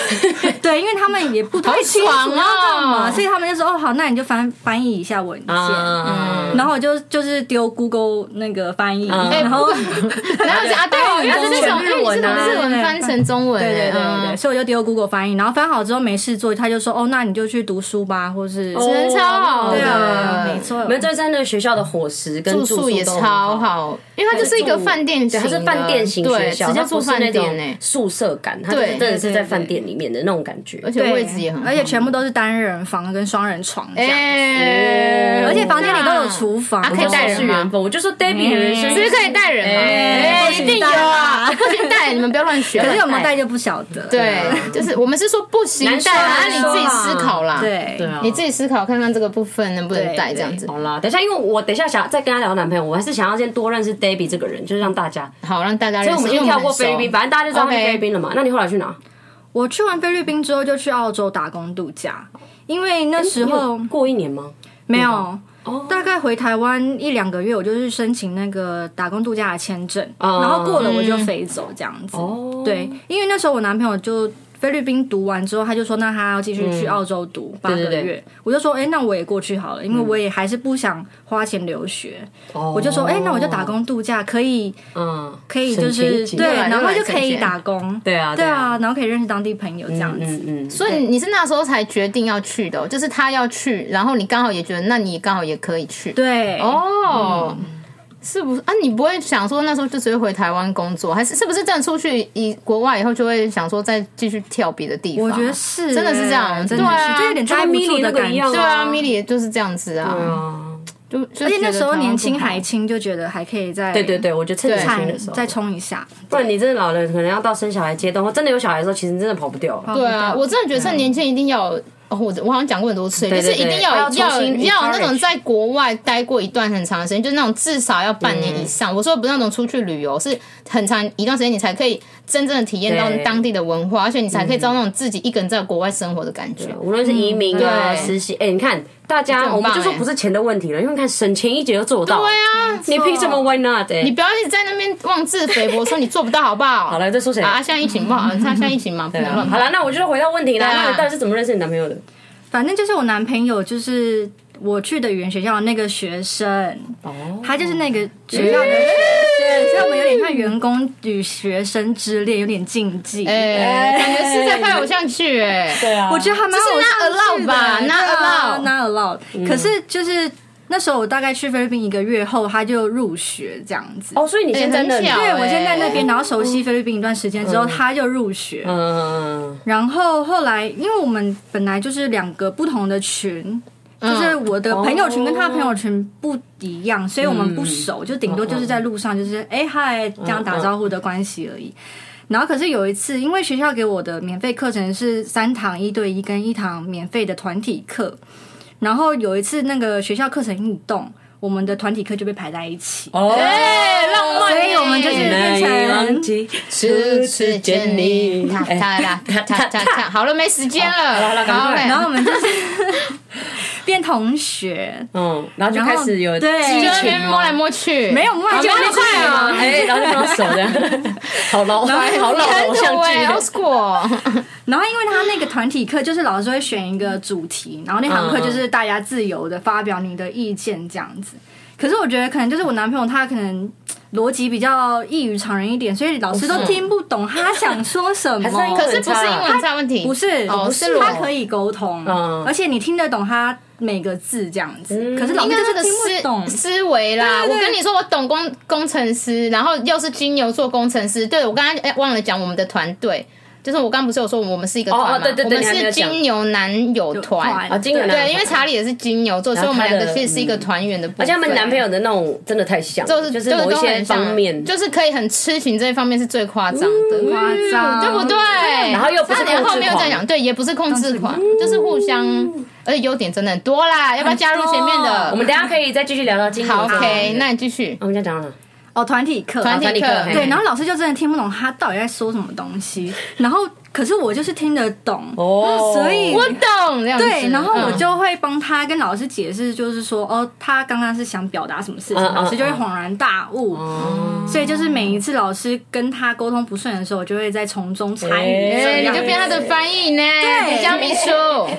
Speaker 3: 对，因为他们也不太清楚
Speaker 2: 好
Speaker 3: 要
Speaker 2: 爽哦
Speaker 3: 干嘛，所以他们就说：“哦，好，那你就翻翻译一下文件。嗯
Speaker 1: 啊，
Speaker 3: 然后我就就是丢 Google 那个翻译，
Speaker 1: 嗯
Speaker 3: 然后
Speaker 2: 哎然后讲啊，对，
Speaker 3: 对
Speaker 2: 因为是从
Speaker 3: 全日文啊
Speaker 2: 因为是从日文翻成中文、
Speaker 3: 对 对对对
Speaker 2: 嗯
Speaker 3: 对，所以我就丢 Google 翻译，然后翻好之后没事做，他就说：“哦，那你就去读书吧，或是
Speaker 2: 人超好
Speaker 3: 对啊，
Speaker 2: 的
Speaker 3: 没错，
Speaker 1: 我们在在那学校的伙食跟
Speaker 2: 住
Speaker 1: 宿
Speaker 2: 宿也
Speaker 1: 都
Speaker 2: 超
Speaker 1: 很好。
Speaker 2: 好，因为它就是一个饭店型
Speaker 1: 对，它
Speaker 2: 的，
Speaker 1: 是饭店型学校，
Speaker 2: 对直接
Speaker 1: 它
Speaker 2: 住
Speaker 1: 不是
Speaker 2: 饭
Speaker 1: 那
Speaker 2: 店欸
Speaker 1: 种
Speaker 2: 呢，
Speaker 1: 宿舍感，它就是真
Speaker 2: 对
Speaker 1: 的是
Speaker 3: 对
Speaker 1: 在
Speaker 3: 对
Speaker 1: 饭店里面的那种感觉。
Speaker 2: 而且
Speaker 3: 对，
Speaker 2: 位置也很好，
Speaker 3: 而且全部都是单人房跟双人床这样。
Speaker 2: 哎，
Speaker 3: 而且房间里都有厨房，
Speaker 2: 啊可以带人
Speaker 1: 是缘分，我就说 Debbie 的人生
Speaker 2: 是不是可以带人嘛？
Speaker 1: 哎
Speaker 2: 哎
Speaker 3: 不
Speaker 2: 一
Speaker 3: 许
Speaker 2: 定有
Speaker 3: 带
Speaker 2: 啊，
Speaker 3: 啊
Speaker 2: 不行带，你们不要乱学。啊
Speaker 3: 可是有没有带就不晓得。
Speaker 2: 对，就是我们是说不行
Speaker 1: 难说
Speaker 2: 带啊，
Speaker 1: 难
Speaker 2: 那你自己
Speaker 1: 说啦
Speaker 2: 思考啦。
Speaker 3: 对
Speaker 1: 对啊
Speaker 2: 你自己思考看看这个部分能不能带
Speaker 3: 对
Speaker 2: 这样子，
Speaker 1: 好啦，等一下，因为我等一下想再跟他聊男朋友，我还是想要先多认识 Debbie 这个人，就是让大家。
Speaker 2: 好让大家
Speaker 1: 所以
Speaker 2: 认
Speaker 1: 我
Speaker 2: 识。
Speaker 1: 们
Speaker 2: 因
Speaker 1: 先
Speaker 2: 为
Speaker 1: 跳
Speaker 2: 们
Speaker 1: 过
Speaker 2: 很熟
Speaker 1: 菲律宾，反正大家就知道去
Speaker 2: OK
Speaker 1: 菲律宾了嘛。那你后来去哪？
Speaker 3: 我去完菲律宾之后就去澳洲打工度假，因为那时
Speaker 1: 你
Speaker 3: 候
Speaker 1: 有哦过一年吗？
Speaker 3: 没有。大概回台湾一两个月，我就去申请那个打工度假的签证，
Speaker 1: 哦嗯
Speaker 3: 然后过了我就飞走这样子。对，因为那时候我男朋友就菲律宾读完之后，他就说那他要继续去澳洲读八个
Speaker 1: 嗯
Speaker 3: 月，
Speaker 1: 对对嗯对
Speaker 3: 我就说哎、那我也过去好了，因为我也还是不想花钱留学，我就说哎、那我就打工度假可以
Speaker 1: 嗯，
Speaker 3: 可以就
Speaker 1: 哦省钱一
Speaker 3: 是
Speaker 1: 集
Speaker 3: 对，
Speaker 2: 又来
Speaker 3: 然后
Speaker 2: 又来
Speaker 3: 就可
Speaker 2: 省
Speaker 3: 以
Speaker 2: 钱
Speaker 3: 打工，
Speaker 1: 对啊，
Speaker 3: 对
Speaker 1: 啊，
Speaker 3: 啊，然后可以认识当地朋友这样子。
Speaker 1: 嗯嗯，
Speaker 2: 所以你是那时候才决定要去的哦、就是他要去，然后你刚好也觉得，那你刚好也可以去。
Speaker 3: 对，
Speaker 2: 哦，是不是啊？你不会想说那时候就直接回台湾工作，还是是不是真的出去以国外以后就会想说再继续跳别的地方？
Speaker 3: 我觉得是，啊欸
Speaker 2: 真的是这样
Speaker 3: 真的
Speaker 2: 对啊
Speaker 3: 是，就有点抓不住的
Speaker 1: 就跟 Millie 那个
Speaker 3: 感
Speaker 1: 一样
Speaker 3: 觉。
Speaker 2: 对啊，米莉也就是这样子啊，
Speaker 1: 啊，
Speaker 2: 就就
Speaker 3: 而且那时候
Speaker 2: 觉得台湾不好
Speaker 3: 年轻还轻，就觉得还可以再
Speaker 1: 对对对，我觉得趁年轻的时
Speaker 3: 看
Speaker 1: 候，
Speaker 3: 再冲一下。
Speaker 1: 不然你真的老
Speaker 2: 啊
Speaker 1: 了，
Speaker 2: 嗯
Speaker 1: 可能要到生小孩阶段，或真的有小孩的时候，其实你真的跑不掉了。
Speaker 2: 对啊，我真的觉得趁年轻一定要有哦，我我好像讲过很多次，
Speaker 1: 对对
Speaker 2: 就是一定要有
Speaker 1: 对要
Speaker 2: 要
Speaker 1: 重
Speaker 2: 有
Speaker 1: 新
Speaker 2: 要有那
Speaker 1: encourage
Speaker 2: 种在国外待过一段很长的时间，就是那种至少要半年以
Speaker 1: 嗯
Speaker 2: 上。我说的不是那种出去旅游，是很长一段时间你才可以真正的体验到
Speaker 1: 对
Speaker 2: 当地的文化，而且你才可以知道那种自己一个人在国外生活的感觉。
Speaker 1: 无论是移民啊、
Speaker 2: 嗯对
Speaker 1: 实习，哎、你看大
Speaker 2: 这
Speaker 1: 家，
Speaker 2: 很
Speaker 1: 我们
Speaker 2: 棒
Speaker 1: 就说
Speaker 2: 哎
Speaker 1: 不是钱的问题了，因为你看省钱一节就做到，
Speaker 2: 对啊，
Speaker 1: 你凭什么
Speaker 3: 哦
Speaker 1: Why not？、哎
Speaker 2: 你不要一直在那边妄自菲薄，说你做不到好不好？
Speaker 1: 好了，再说谁？
Speaker 2: 啊，现在疫情 不好，你看现在疫情嘛，不能乱跑。
Speaker 1: 好了，那我就回到问题啦，
Speaker 2: 对啊
Speaker 1: 那你到底是怎么认识你男朋友的？
Speaker 3: 反正就是我男朋友，就是我去的语言学校的那个学生，
Speaker 1: 哦，
Speaker 3: 他就是那个学校的学生，所以我们有点像员工与学生之恋，有点禁忌。
Speaker 2: 哎，感觉是在拍偶像剧哎。
Speaker 1: 对啊，
Speaker 3: 我觉得还蛮有趣
Speaker 2: 这是 not allowed
Speaker 3: 的
Speaker 2: 吧
Speaker 3: 对
Speaker 2: not
Speaker 3: 啊
Speaker 2: allowed
Speaker 3: not allowed、可
Speaker 1: 嗯
Speaker 3: 是就是那时候我大概去菲律宾一个月后，他就入学这样子。
Speaker 1: 哦，所以你现在那里
Speaker 2: 哎很巧
Speaker 3: 对，我先在那边，然后熟悉菲律宾一段时间之后，他就入学。
Speaker 1: 嗯，
Speaker 3: 然后后来，因为我们本来就是两个不同的群，就是我的朋友群跟他的朋友群不一样，所以我们不熟，就顶多就是在路上就是哎嗨这样打招呼的关系而已。然后可是有一次，因为学校给我的免费课程是三堂一对一跟一堂免费的团体课，然后有一次那个学校课程运动，我们的团体课就被排在一起。
Speaker 1: 哦，
Speaker 2: 哎，浪漫耶！
Speaker 3: 所以我们就是
Speaker 1: 难以忘记初次见你，哎
Speaker 2: 他他啦他他他他，好了，没时间
Speaker 1: 好
Speaker 2: 了，
Speaker 1: 了赶快
Speaker 2: 嘞
Speaker 3: 然后我们就是 变同学，
Speaker 1: 嗯，然后就开始有
Speaker 3: 对
Speaker 2: 就
Speaker 1: 激
Speaker 2: 在那
Speaker 1: 情
Speaker 2: 边摸来摸去，
Speaker 3: 没有我们还
Speaker 2: 啊
Speaker 3: 觉得
Speaker 2: 摸来
Speaker 3: 那是
Speaker 2: 摸去
Speaker 3: 什
Speaker 2: 啊
Speaker 1: 哎，然后就放手
Speaker 3: 么
Speaker 1: 这样， 好老，好老的偶像
Speaker 2: 哎，old
Speaker 1: 剧，
Speaker 2: school，
Speaker 3: 然后，因为他那个团体课就是老师会选一个主题，然后那堂课就是大家自由的发表你的意见这样子。可是我觉得可能就是我男朋友他可能逻辑比较异于常人一点，所以老师都听不懂他想说什
Speaker 1: 还是因
Speaker 3: 么
Speaker 1: 为。
Speaker 2: 可是不是英文差问题，
Speaker 3: 不是，
Speaker 2: 哦
Speaker 3: 不
Speaker 2: 是
Speaker 3: 是
Speaker 2: 我
Speaker 3: 他可以沟通，
Speaker 1: 嗯
Speaker 3: 而且你听得懂他每个字这样子。可是
Speaker 2: 嗯
Speaker 3: 老
Speaker 2: 应
Speaker 3: 师
Speaker 2: 该这
Speaker 3: 就是
Speaker 2: 个
Speaker 3: 听不懂
Speaker 2: 思。思维啦，我跟你说，我懂工工程师，然后又是金牛座工程师。对我刚刚哎忘了讲我们的团队，就是我刚不是有说我们是一个
Speaker 1: 哦哦
Speaker 2: 团嘛，
Speaker 1: 对对
Speaker 2: 我
Speaker 1: 对
Speaker 2: 们
Speaker 1: 你还没有
Speaker 2: 是
Speaker 1: 讲
Speaker 2: 金牛男友团
Speaker 3: 团。
Speaker 1: 啊，金牛男
Speaker 2: 对，因为查理也是金牛座，所以我们
Speaker 1: 然后他
Speaker 2: 两
Speaker 1: 的
Speaker 2: 个其实是一个团圆的部分。
Speaker 1: 而且他们男朋友的那种真的太像了，
Speaker 2: 就是
Speaker 1: 就是某一
Speaker 2: 都
Speaker 1: 些
Speaker 2: 很像
Speaker 1: 方面，
Speaker 2: 就是可以很痴情这一方面是最夸张的，
Speaker 3: 夸
Speaker 2: 嗯
Speaker 3: 张
Speaker 2: 对不对？
Speaker 1: 然后又不是
Speaker 2: 那你后面
Speaker 1: 控制
Speaker 2: 又再
Speaker 1: 狂
Speaker 2: 讲，对，也不是控制狂，就是互相，而且优点真的很多啦。要不要加入前面的？
Speaker 1: 我们等一下可以再继续聊到金牛
Speaker 2: 好
Speaker 1: 座。
Speaker 2: ，OK，那你继续
Speaker 1: 我。们讲讲了，
Speaker 3: 哦，团体课，
Speaker 2: 团
Speaker 1: 团体
Speaker 2: 体
Speaker 1: 课
Speaker 2: 课，
Speaker 3: 对，然后老师就真的听不懂他到底在说什么东 西，然后可是我就是听得懂，
Speaker 1: 哦
Speaker 3: 所以
Speaker 2: 我懂这样子。
Speaker 3: 对，然后我
Speaker 2: 嗯
Speaker 3: 就会帮他跟老师解释，就是说，哦，他刚刚是想表达什么事情，
Speaker 1: 嗯嗯嗯
Speaker 3: 老师就会恍然大悟。所以就是每一次老师跟他沟通不顺的时候，我就会再从中参与
Speaker 1: 哎
Speaker 3: 这
Speaker 2: 对，你
Speaker 3: 样子。
Speaker 2: 就变他的翻译呢，
Speaker 3: 对
Speaker 2: 江秘书。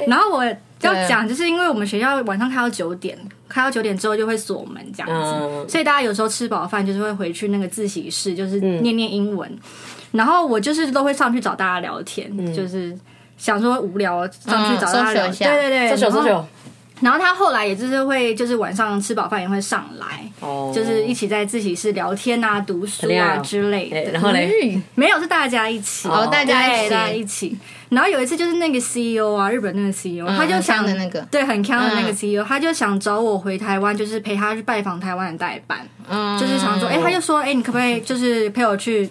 Speaker 3: 然后我
Speaker 2: 对
Speaker 3: 要
Speaker 1: 啊
Speaker 3: 讲，就是因为我们学校晚上开到九点，开到九点之后就会锁门这样子，
Speaker 1: 嗯
Speaker 3: 所以大家有时候吃饱饭就是会回去那个自习室，就是
Speaker 1: 嗯
Speaker 3: 念念英文。然后我就是都会上去找大家聊天，
Speaker 1: 嗯
Speaker 3: 就是想说无聊上去找
Speaker 2: 嗯
Speaker 3: 大家聊。
Speaker 2: ，social 一下
Speaker 3: 对对对，
Speaker 1: 这首
Speaker 3: 然后
Speaker 1: 这首，
Speaker 3: 然后他后来也就是会，就是晚上吃饱饭也会上来，
Speaker 1: 哦
Speaker 3: 就是一起在自习室聊天啊、读书
Speaker 1: 恋爱
Speaker 3: 啊
Speaker 1: 哦
Speaker 3: 之类
Speaker 1: 哎
Speaker 3: 的。
Speaker 1: 然后嘞，
Speaker 2: 嗯
Speaker 3: 没有是大家一起，
Speaker 2: 哦大家一起
Speaker 3: 对大家一起。然后有一次就是那个 CEO 啊，日本那个 CEO，、他就
Speaker 2: 嗯很强
Speaker 3: 想
Speaker 2: 的那个
Speaker 3: 对，很强的那个
Speaker 2: 嗯
Speaker 3: CEO，、他就想找我回台湾，就是陪他去拜访台湾的代办，
Speaker 2: 嗯
Speaker 3: 就是想说，哎、他就说，哎、你可不可以就是陪我去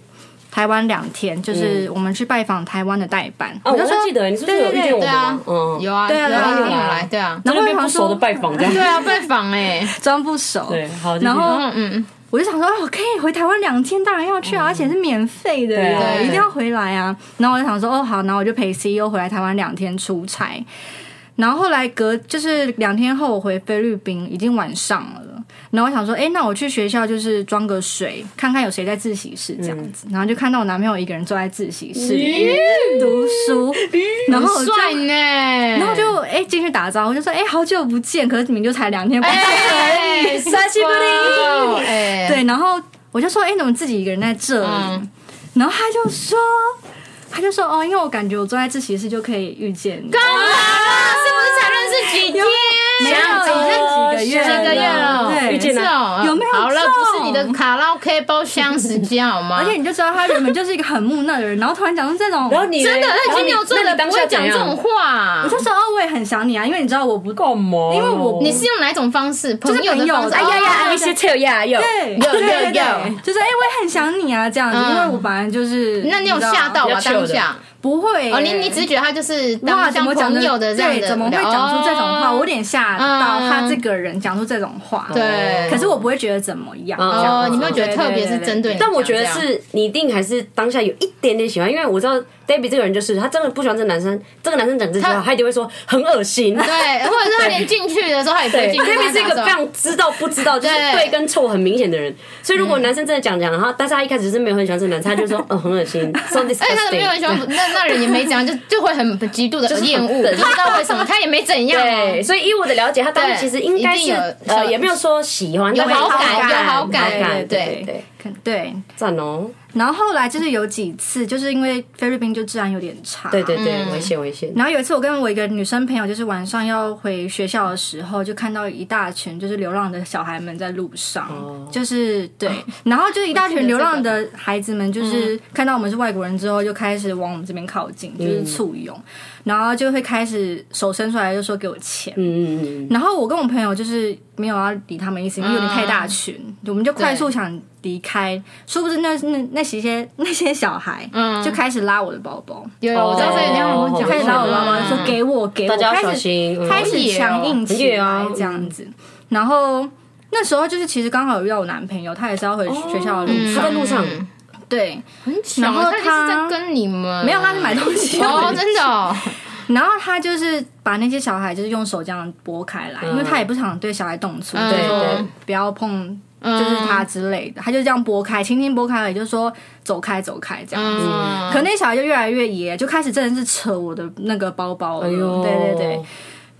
Speaker 3: 台湾两天，就是
Speaker 2: 嗯
Speaker 3: 我们去拜访台湾的代办。
Speaker 1: 啊，
Speaker 3: 我
Speaker 1: 我
Speaker 3: 就说
Speaker 1: 好像记得你是不是有
Speaker 3: 对对
Speaker 1: 遇见我
Speaker 3: 对
Speaker 2: 对
Speaker 1: 们
Speaker 2: 啊
Speaker 1: 吗？，嗯，
Speaker 2: 有啊，
Speaker 3: 对啊
Speaker 2: 有啊，
Speaker 3: 对啊
Speaker 2: 你有来，对啊，
Speaker 1: 在
Speaker 3: 然
Speaker 1: 那
Speaker 3: 后
Speaker 1: 边
Speaker 3: 我
Speaker 1: 不
Speaker 3: 想
Speaker 1: 熟的
Speaker 3: 说，
Speaker 1: 拜访这样，
Speaker 2: 对啊，拜访哎，
Speaker 3: 装不熟，
Speaker 1: 对，好，继续
Speaker 3: 然后
Speaker 2: 嗯嗯，
Speaker 3: 我就想说，哎我可以回台湾两天，当然要去啊，而且是免费的
Speaker 1: 对啊
Speaker 3: 耶，一定要回来啊。然后我就想说，哦好，然后我就陪 CEO 回来台湾两天出差。然后后来隔就是两天后，我回菲律宾，已经晚上了。然后我想说，哎，那我去学校就是装个水，看看有谁在自习室这样
Speaker 2: 嗯
Speaker 3: 子。然后就看到我男朋友一个人坐在自习室读书，然后我
Speaker 2: 很
Speaker 3: 就。
Speaker 2: 帅呢，然
Speaker 3: 然后就哎进去打招呼，就说哎好久不见，可是你们就才两天不见，
Speaker 2: 哎，
Speaker 3: 久不
Speaker 2: 见，哎，
Speaker 3: 对，然后我就说：“哎、你怎么自己一个人在这里？”
Speaker 2: 嗯
Speaker 3: 然后他就说：“他就说哦，因为我感觉我坐在自习室就可以遇见你。”
Speaker 2: 干嘛啦？是不是才认识几天？
Speaker 3: 没有，
Speaker 1: 想
Speaker 3: 已经几个月，
Speaker 1: 几
Speaker 2: 几个月了，
Speaker 3: 对，
Speaker 1: 遇见啊
Speaker 2: 是哦，
Speaker 3: 有没有
Speaker 2: 好了，不
Speaker 3: 中
Speaker 2: 是你的卡拉 OK 包厢时间好吗？
Speaker 3: 而且你就知道他原本就是一个很木讷的人，然后突然讲出这种，
Speaker 1: 然后你
Speaker 2: 真的，
Speaker 1: 那
Speaker 2: 那金牛座的不会讲这种话
Speaker 3: 我。就说哦，我也很想你啊，因为你知道 我不够
Speaker 1: 干嘛？
Speaker 3: 因为我
Speaker 2: 你是用哪一种方式？朋
Speaker 3: 是
Speaker 2: 友的
Speaker 3: 朋友
Speaker 2: 方式？
Speaker 3: 的哎呀呀
Speaker 2: 哦
Speaker 3: 哎
Speaker 1: 些 tell 呀有
Speaker 3: 对，
Speaker 2: 有
Speaker 3: 对
Speaker 2: 有
Speaker 3: 对
Speaker 2: 有
Speaker 3: 对，就是哎、我也很想你啊，这样子，
Speaker 2: 嗯
Speaker 3: 因为我本来就是，
Speaker 2: 那你有
Speaker 3: 知道
Speaker 2: 吓到吧？
Speaker 1: 比较 chill
Speaker 2: 当
Speaker 1: 的
Speaker 2: 下
Speaker 3: 不会、
Speaker 2: 哦，你你只是觉得他就是当
Speaker 3: 怎
Speaker 2: 像
Speaker 3: 么讲
Speaker 2: 朋
Speaker 3: 的
Speaker 2: 友的这样
Speaker 3: 对，
Speaker 2: 的，
Speaker 3: 怎么会讲出这种话？
Speaker 2: 哦
Speaker 3: 我有点吓到
Speaker 2: 嗯
Speaker 3: 他这个人讲出这种话。
Speaker 2: 对
Speaker 3: 可是我不会觉得怎么样。这样
Speaker 2: 哦，你没有觉得
Speaker 3: 对
Speaker 2: 特别
Speaker 3: 对
Speaker 2: 是
Speaker 3: 对
Speaker 2: 针对你
Speaker 1: 但我觉得
Speaker 2: 哎讲这样
Speaker 1: 是你一定还是当下有一点点喜欢，因为我知道 Debbie 这个人就是他真的不喜欢这个男生，这个男生讲这句话，他一定会说很恶心。
Speaker 2: 对，或者是他连进去的时候他也不会
Speaker 1: 对
Speaker 2: 进去。
Speaker 1: ，Debbie 是一个非常知道不知道，就是
Speaker 2: 对
Speaker 1: 对跟错很明显的人。所以如果男生真的讲讲，然后但是他一开始是没有很喜欢这个男生，他就 说嗯很恶心，so
Speaker 2: 而且他没有
Speaker 1: disgusting。
Speaker 2: 喜欢，那那人也没讲，就就会很很极度的厌恶，不
Speaker 1: 对
Speaker 2: 知道为什么，他也没怎样哦，
Speaker 1: 对，所以以我的了解，他当时其实应该
Speaker 2: 对一
Speaker 1: 是
Speaker 2: 定有
Speaker 1: 呃也没有说喜欢，
Speaker 2: 有
Speaker 1: 但是
Speaker 2: 好感
Speaker 3: 好感
Speaker 2: 有好
Speaker 1: 好
Speaker 2: 感，
Speaker 1: 感，
Speaker 2: 对
Speaker 1: 对对，
Speaker 3: 可对，
Speaker 1: 赞哦，
Speaker 3: 然后后来就是有几次，就是因为菲律宾就治安有点差，
Speaker 1: 对对对，
Speaker 2: 嗯
Speaker 1: 危险危险。
Speaker 3: 然后有一次，我跟我一个女生朋友，就是晚上要回学校的时候，就看到一大群就是流浪的小孩们在路上，
Speaker 1: 哦
Speaker 3: 就是 对，然后就一大群流浪的孩子们，就是看到我们是外国人之后，就开始往我们这边靠近，
Speaker 1: 嗯
Speaker 3: 就是簇拥，然后就会开始手伸出来，就说给我钱。
Speaker 1: 嗯嗯嗯。
Speaker 3: 然后我跟我朋友就是没有要理他们意思，因
Speaker 1: 啊
Speaker 3: 为有点太大群，我们就快速想离开。殊不知那那那些那些小孩，
Speaker 2: 嗯
Speaker 3: 就开始拉我的包包。
Speaker 2: 有有，我知道这个你好像
Speaker 1: 哦
Speaker 2: 讲过，
Speaker 3: 开始拉我妈妈
Speaker 1: 嗯
Speaker 3: 说给我给我，
Speaker 1: 大家要小
Speaker 3: 开始
Speaker 1: 心，嗯
Speaker 3: 开始强硬起
Speaker 1: 很野
Speaker 3: 来
Speaker 1: 哦
Speaker 3: 这样子。然后那时候就是其实刚好有遇到我男朋友，他也是要回
Speaker 1: 哦
Speaker 3: 学校的路
Speaker 1: 嗯他在
Speaker 3: 上，
Speaker 1: 路上，
Speaker 3: 对，
Speaker 1: 嗯
Speaker 2: 很巧，
Speaker 3: 然后
Speaker 2: 他一定是在
Speaker 3: 他
Speaker 2: 跟你们
Speaker 3: 没有他是买东西
Speaker 2: 哦，真的哦，
Speaker 3: 然后他就是把那些小孩就是用手这样拨开来，因为他也不想对小孩动粗，
Speaker 2: 嗯
Speaker 3: 就
Speaker 1: 嗯对
Speaker 3: 是说
Speaker 1: 对，
Speaker 3: 不要碰。就是他之类的，他就这样拨开，轻轻拨开了，也就是说走开，走开这样子。
Speaker 2: 嗯，
Speaker 3: 可那小孩就越来越野，就开始真的是扯我的那个包包了。
Speaker 1: 哎呦，
Speaker 3: 对对对，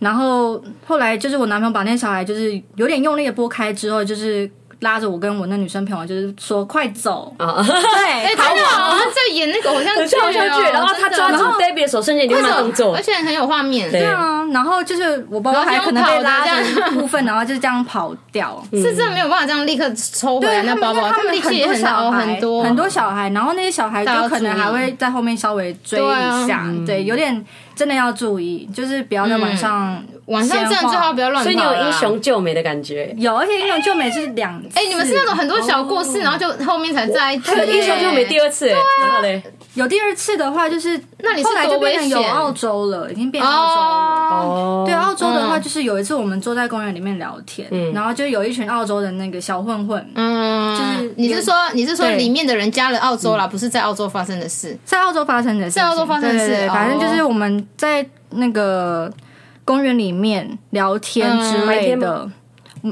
Speaker 3: 然后后来就是我男朋友把那小孩就是有点用力的拨开之后，就是拉着我跟我那女生朋友，就是说快走，
Speaker 1: 啊，
Speaker 2: 哎，
Speaker 3: 对，
Speaker 2: 真的哦，他在演那个偶像剧哦，
Speaker 1: 跳下去，然后他抓住
Speaker 2: 真的哦
Speaker 1: Debbie 的手，瞬间你就慢动作
Speaker 2: 而，且很有画面，
Speaker 1: 对
Speaker 3: 对啊，然后就是我包包还可能被拉
Speaker 2: 然后就用跑的这
Speaker 3: 着一部分，然后就这样跑掉。
Speaker 2: 是真的没有办法这样立刻抽回来
Speaker 3: 对
Speaker 2: 那
Speaker 3: 他
Speaker 2: 包
Speaker 3: 们，因
Speaker 2: 包，
Speaker 3: 为他
Speaker 2: 们
Speaker 3: 们
Speaker 2: 力气也
Speaker 3: 多
Speaker 2: 很大
Speaker 3: 小
Speaker 2: 哦，
Speaker 3: 孩，
Speaker 2: 很多
Speaker 3: 很多小孩，然后那些小孩
Speaker 2: 大家要
Speaker 3: 就可能
Speaker 2: 注意
Speaker 3: 还会在后面稍微追
Speaker 2: 对啊
Speaker 3: 一下，对，有点真的要注意，就是不要在晚上
Speaker 2: 嗯晚上真的最好不要乱跑
Speaker 1: 所
Speaker 2: 啦。
Speaker 1: 以你有英雄救美的感觉。
Speaker 3: 有，而且那种就每次两次，
Speaker 2: 哎，你们是那种很多小故
Speaker 3: 哦
Speaker 2: 事，然后就后面才在一起。
Speaker 1: 还有英雄救美第二次，哎然后嘞，
Speaker 3: 有第二次的话，就是
Speaker 2: 那你是
Speaker 3: 后来就
Speaker 2: 多危
Speaker 3: 变成有
Speaker 2: 险
Speaker 3: 澳洲了，已经变澳洲了。
Speaker 2: 哦，
Speaker 3: 对，
Speaker 1: 啊
Speaker 3: 澳洲的话，
Speaker 2: 嗯
Speaker 3: 就是有一次我们坐在公园里面聊天，然后就有一群澳洲的那个小混混，
Speaker 2: 嗯，
Speaker 3: 就是
Speaker 2: 你是说你是说
Speaker 3: 对嗯
Speaker 2: 里面的人加了澳洲啦，不是在澳洲发生的事。
Speaker 3: 在澳洲发生的事情，
Speaker 2: 在澳洲发生的事
Speaker 3: 对对对
Speaker 2: 哦
Speaker 3: 反正就是我们在那个公园里面聊天之
Speaker 1: 白
Speaker 3: 类
Speaker 1: 天
Speaker 3: 的。嗯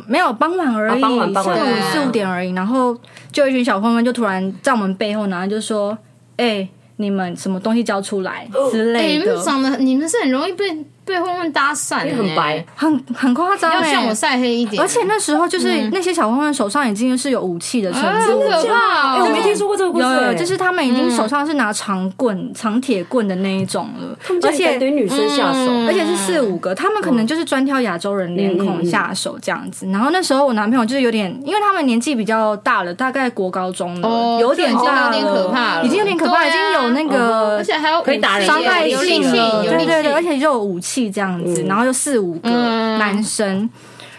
Speaker 3: 没有傍晚而
Speaker 1: 啊
Speaker 3: 已，
Speaker 1: 傍晚傍晚
Speaker 3: 下午
Speaker 2: 对
Speaker 3: 四五点而已。然后就有一群小混混就突然在我们背后，然后就说：“哎、你们什么东西交出来
Speaker 1: 哦
Speaker 3: 之
Speaker 2: 哎
Speaker 3: 类
Speaker 2: 你
Speaker 3: 的
Speaker 2: 们，长得你们是很容易被被混混搭讪的，
Speaker 1: 因为很白，
Speaker 3: 很很夸张、
Speaker 2: 要
Speaker 3: 欸。”
Speaker 2: 向我晒黑一点。
Speaker 3: 而且那时候
Speaker 1: 嗯
Speaker 3: 就是那些小混混手上已经是有武器的程
Speaker 2: 啊
Speaker 3: 度，
Speaker 2: 好可怕
Speaker 1: 哎，
Speaker 2: 哦，
Speaker 1: 我没听说过这个故事，
Speaker 3: 有有，
Speaker 1: 哎
Speaker 3: 就是他们已经手上是拿长棍、长铁棍的那一种了
Speaker 1: 他们，
Speaker 3: 而
Speaker 1: 竟然敢
Speaker 3: 且
Speaker 1: 对女生下手，
Speaker 2: 嗯
Speaker 3: 而且是四五个，他们可
Speaker 2: 哦
Speaker 3: 能就是专挑亚洲人脸孔下手这样子。然后那时候我男朋友就是有点，因为他们年纪比较大了，大概国高中
Speaker 2: 哦
Speaker 3: 了，有点大
Speaker 2: 这已经有点可怕了
Speaker 3: 了，已经有点可怕，
Speaker 2: 对啊
Speaker 3: 已经有那个
Speaker 2: 而且还有
Speaker 1: 可以打人
Speaker 3: 伤害
Speaker 2: 有力
Speaker 3: 性
Speaker 2: 气，
Speaker 3: 了，
Speaker 2: 有力气，
Speaker 3: 对对对，而且就有武器这样子，然后就四五个
Speaker 2: 嗯
Speaker 3: 男生。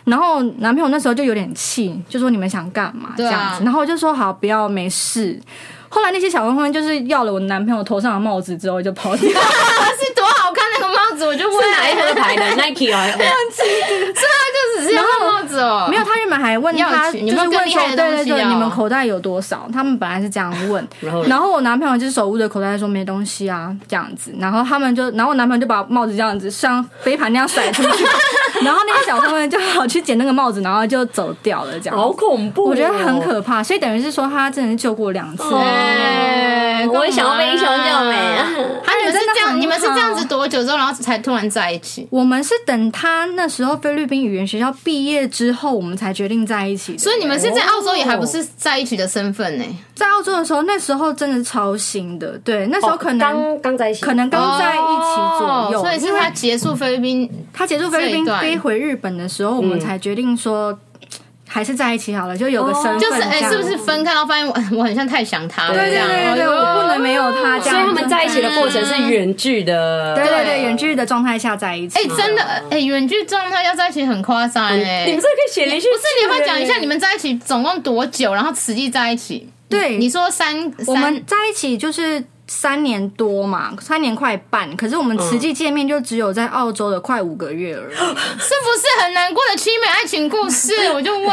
Speaker 3: 然后男朋友那时候就有点气，就说你们想干嘛这
Speaker 2: 对啊
Speaker 3: 样子，然后我就说好，不要没事。后来那些小混混就是要了我男朋友头上的帽子之后就跑掉，
Speaker 2: 是多好看那个帽子，我就问啊
Speaker 1: 是哪一盒牌的 Nike 哦，哎
Speaker 2: 就只是要那帽子哦，
Speaker 3: 没有，他原本还问他，
Speaker 2: 要
Speaker 3: 就
Speaker 2: 钱
Speaker 3: 是
Speaker 2: 有没有
Speaker 3: 问
Speaker 2: 更厉
Speaker 3: 说
Speaker 2: 害的
Speaker 3: 对对
Speaker 2: 东西
Speaker 3: 对，
Speaker 2: 啊
Speaker 3: 你们口袋有多少？他们本来是这样 问，
Speaker 1: 然后
Speaker 3: 然后我男朋友就是手捂着口袋说没东西啊这样子，然后他们就，然后我男朋友就把帽子这样子像飞盘那样甩出 去，然后那个小混混就好去捡那个帽子，然后就走掉了这样。
Speaker 1: 好恐怖哦，
Speaker 3: 我觉得很可怕，所以等于是说他真的是救过两次，
Speaker 2: 哦
Speaker 1: 哦
Speaker 2: 哎
Speaker 1: 我也想要被英雄救美啊。
Speaker 2: 啊，你们是
Speaker 3: 哎真的
Speaker 2: 这样，
Speaker 3: 很
Speaker 2: 你们是这样子
Speaker 3: 好
Speaker 2: 多久之后，然后才突然在一起？
Speaker 3: 我们是等他那时候菲律宾语言学校毕业之后，我们才决定在一起的。
Speaker 2: 所以你们是在澳洲也还不是在一起的身份呢、
Speaker 3: 在澳洲的时候，那时候真的是超新的，对，那时
Speaker 2: 哦
Speaker 3: 候可能、
Speaker 1: 刚刚在一起，
Speaker 3: 可能刚在一起左右，
Speaker 2: 哦所以是
Speaker 3: 因为
Speaker 2: 他结束菲律宾，
Speaker 3: 他结束菲律宾
Speaker 2: 这一段
Speaker 3: 飞回日本的时候，我
Speaker 1: 嗯
Speaker 3: 们才决定说、嗯还是在一起好了，就有个身份、
Speaker 2: 就是
Speaker 3: 哎、
Speaker 2: 哎、是不是分开？然后发现我 我很像太想他了，
Speaker 1: 对
Speaker 3: 对
Speaker 2: 这
Speaker 3: 对
Speaker 2: 样
Speaker 3: 对对，
Speaker 2: 哎呦
Speaker 3: 我不能没有他这
Speaker 1: 所
Speaker 3: 样。
Speaker 1: 以他们在一起的过程是远距的，
Speaker 3: 对对对，远距离的状态下在一起。
Speaker 2: 哎、真的哎，远、距状态要在一起很夸张哎。
Speaker 1: 你们这个可以写连续剧，
Speaker 2: 不是，你要不要讲一下
Speaker 1: 哎
Speaker 2: 你们在一起总共多久，然后实际在一起？
Speaker 1: 哎
Speaker 3: 对
Speaker 2: 你说三，
Speaker 3: 我
Speaker 2: 三
Speaker 3: 们在一起就是三年多嘛，三年快半，可是我们实际见面就只有在澳洲的快五个月而已，
Speaker 2: 是不是很难过的凄美爱情故事？我就问，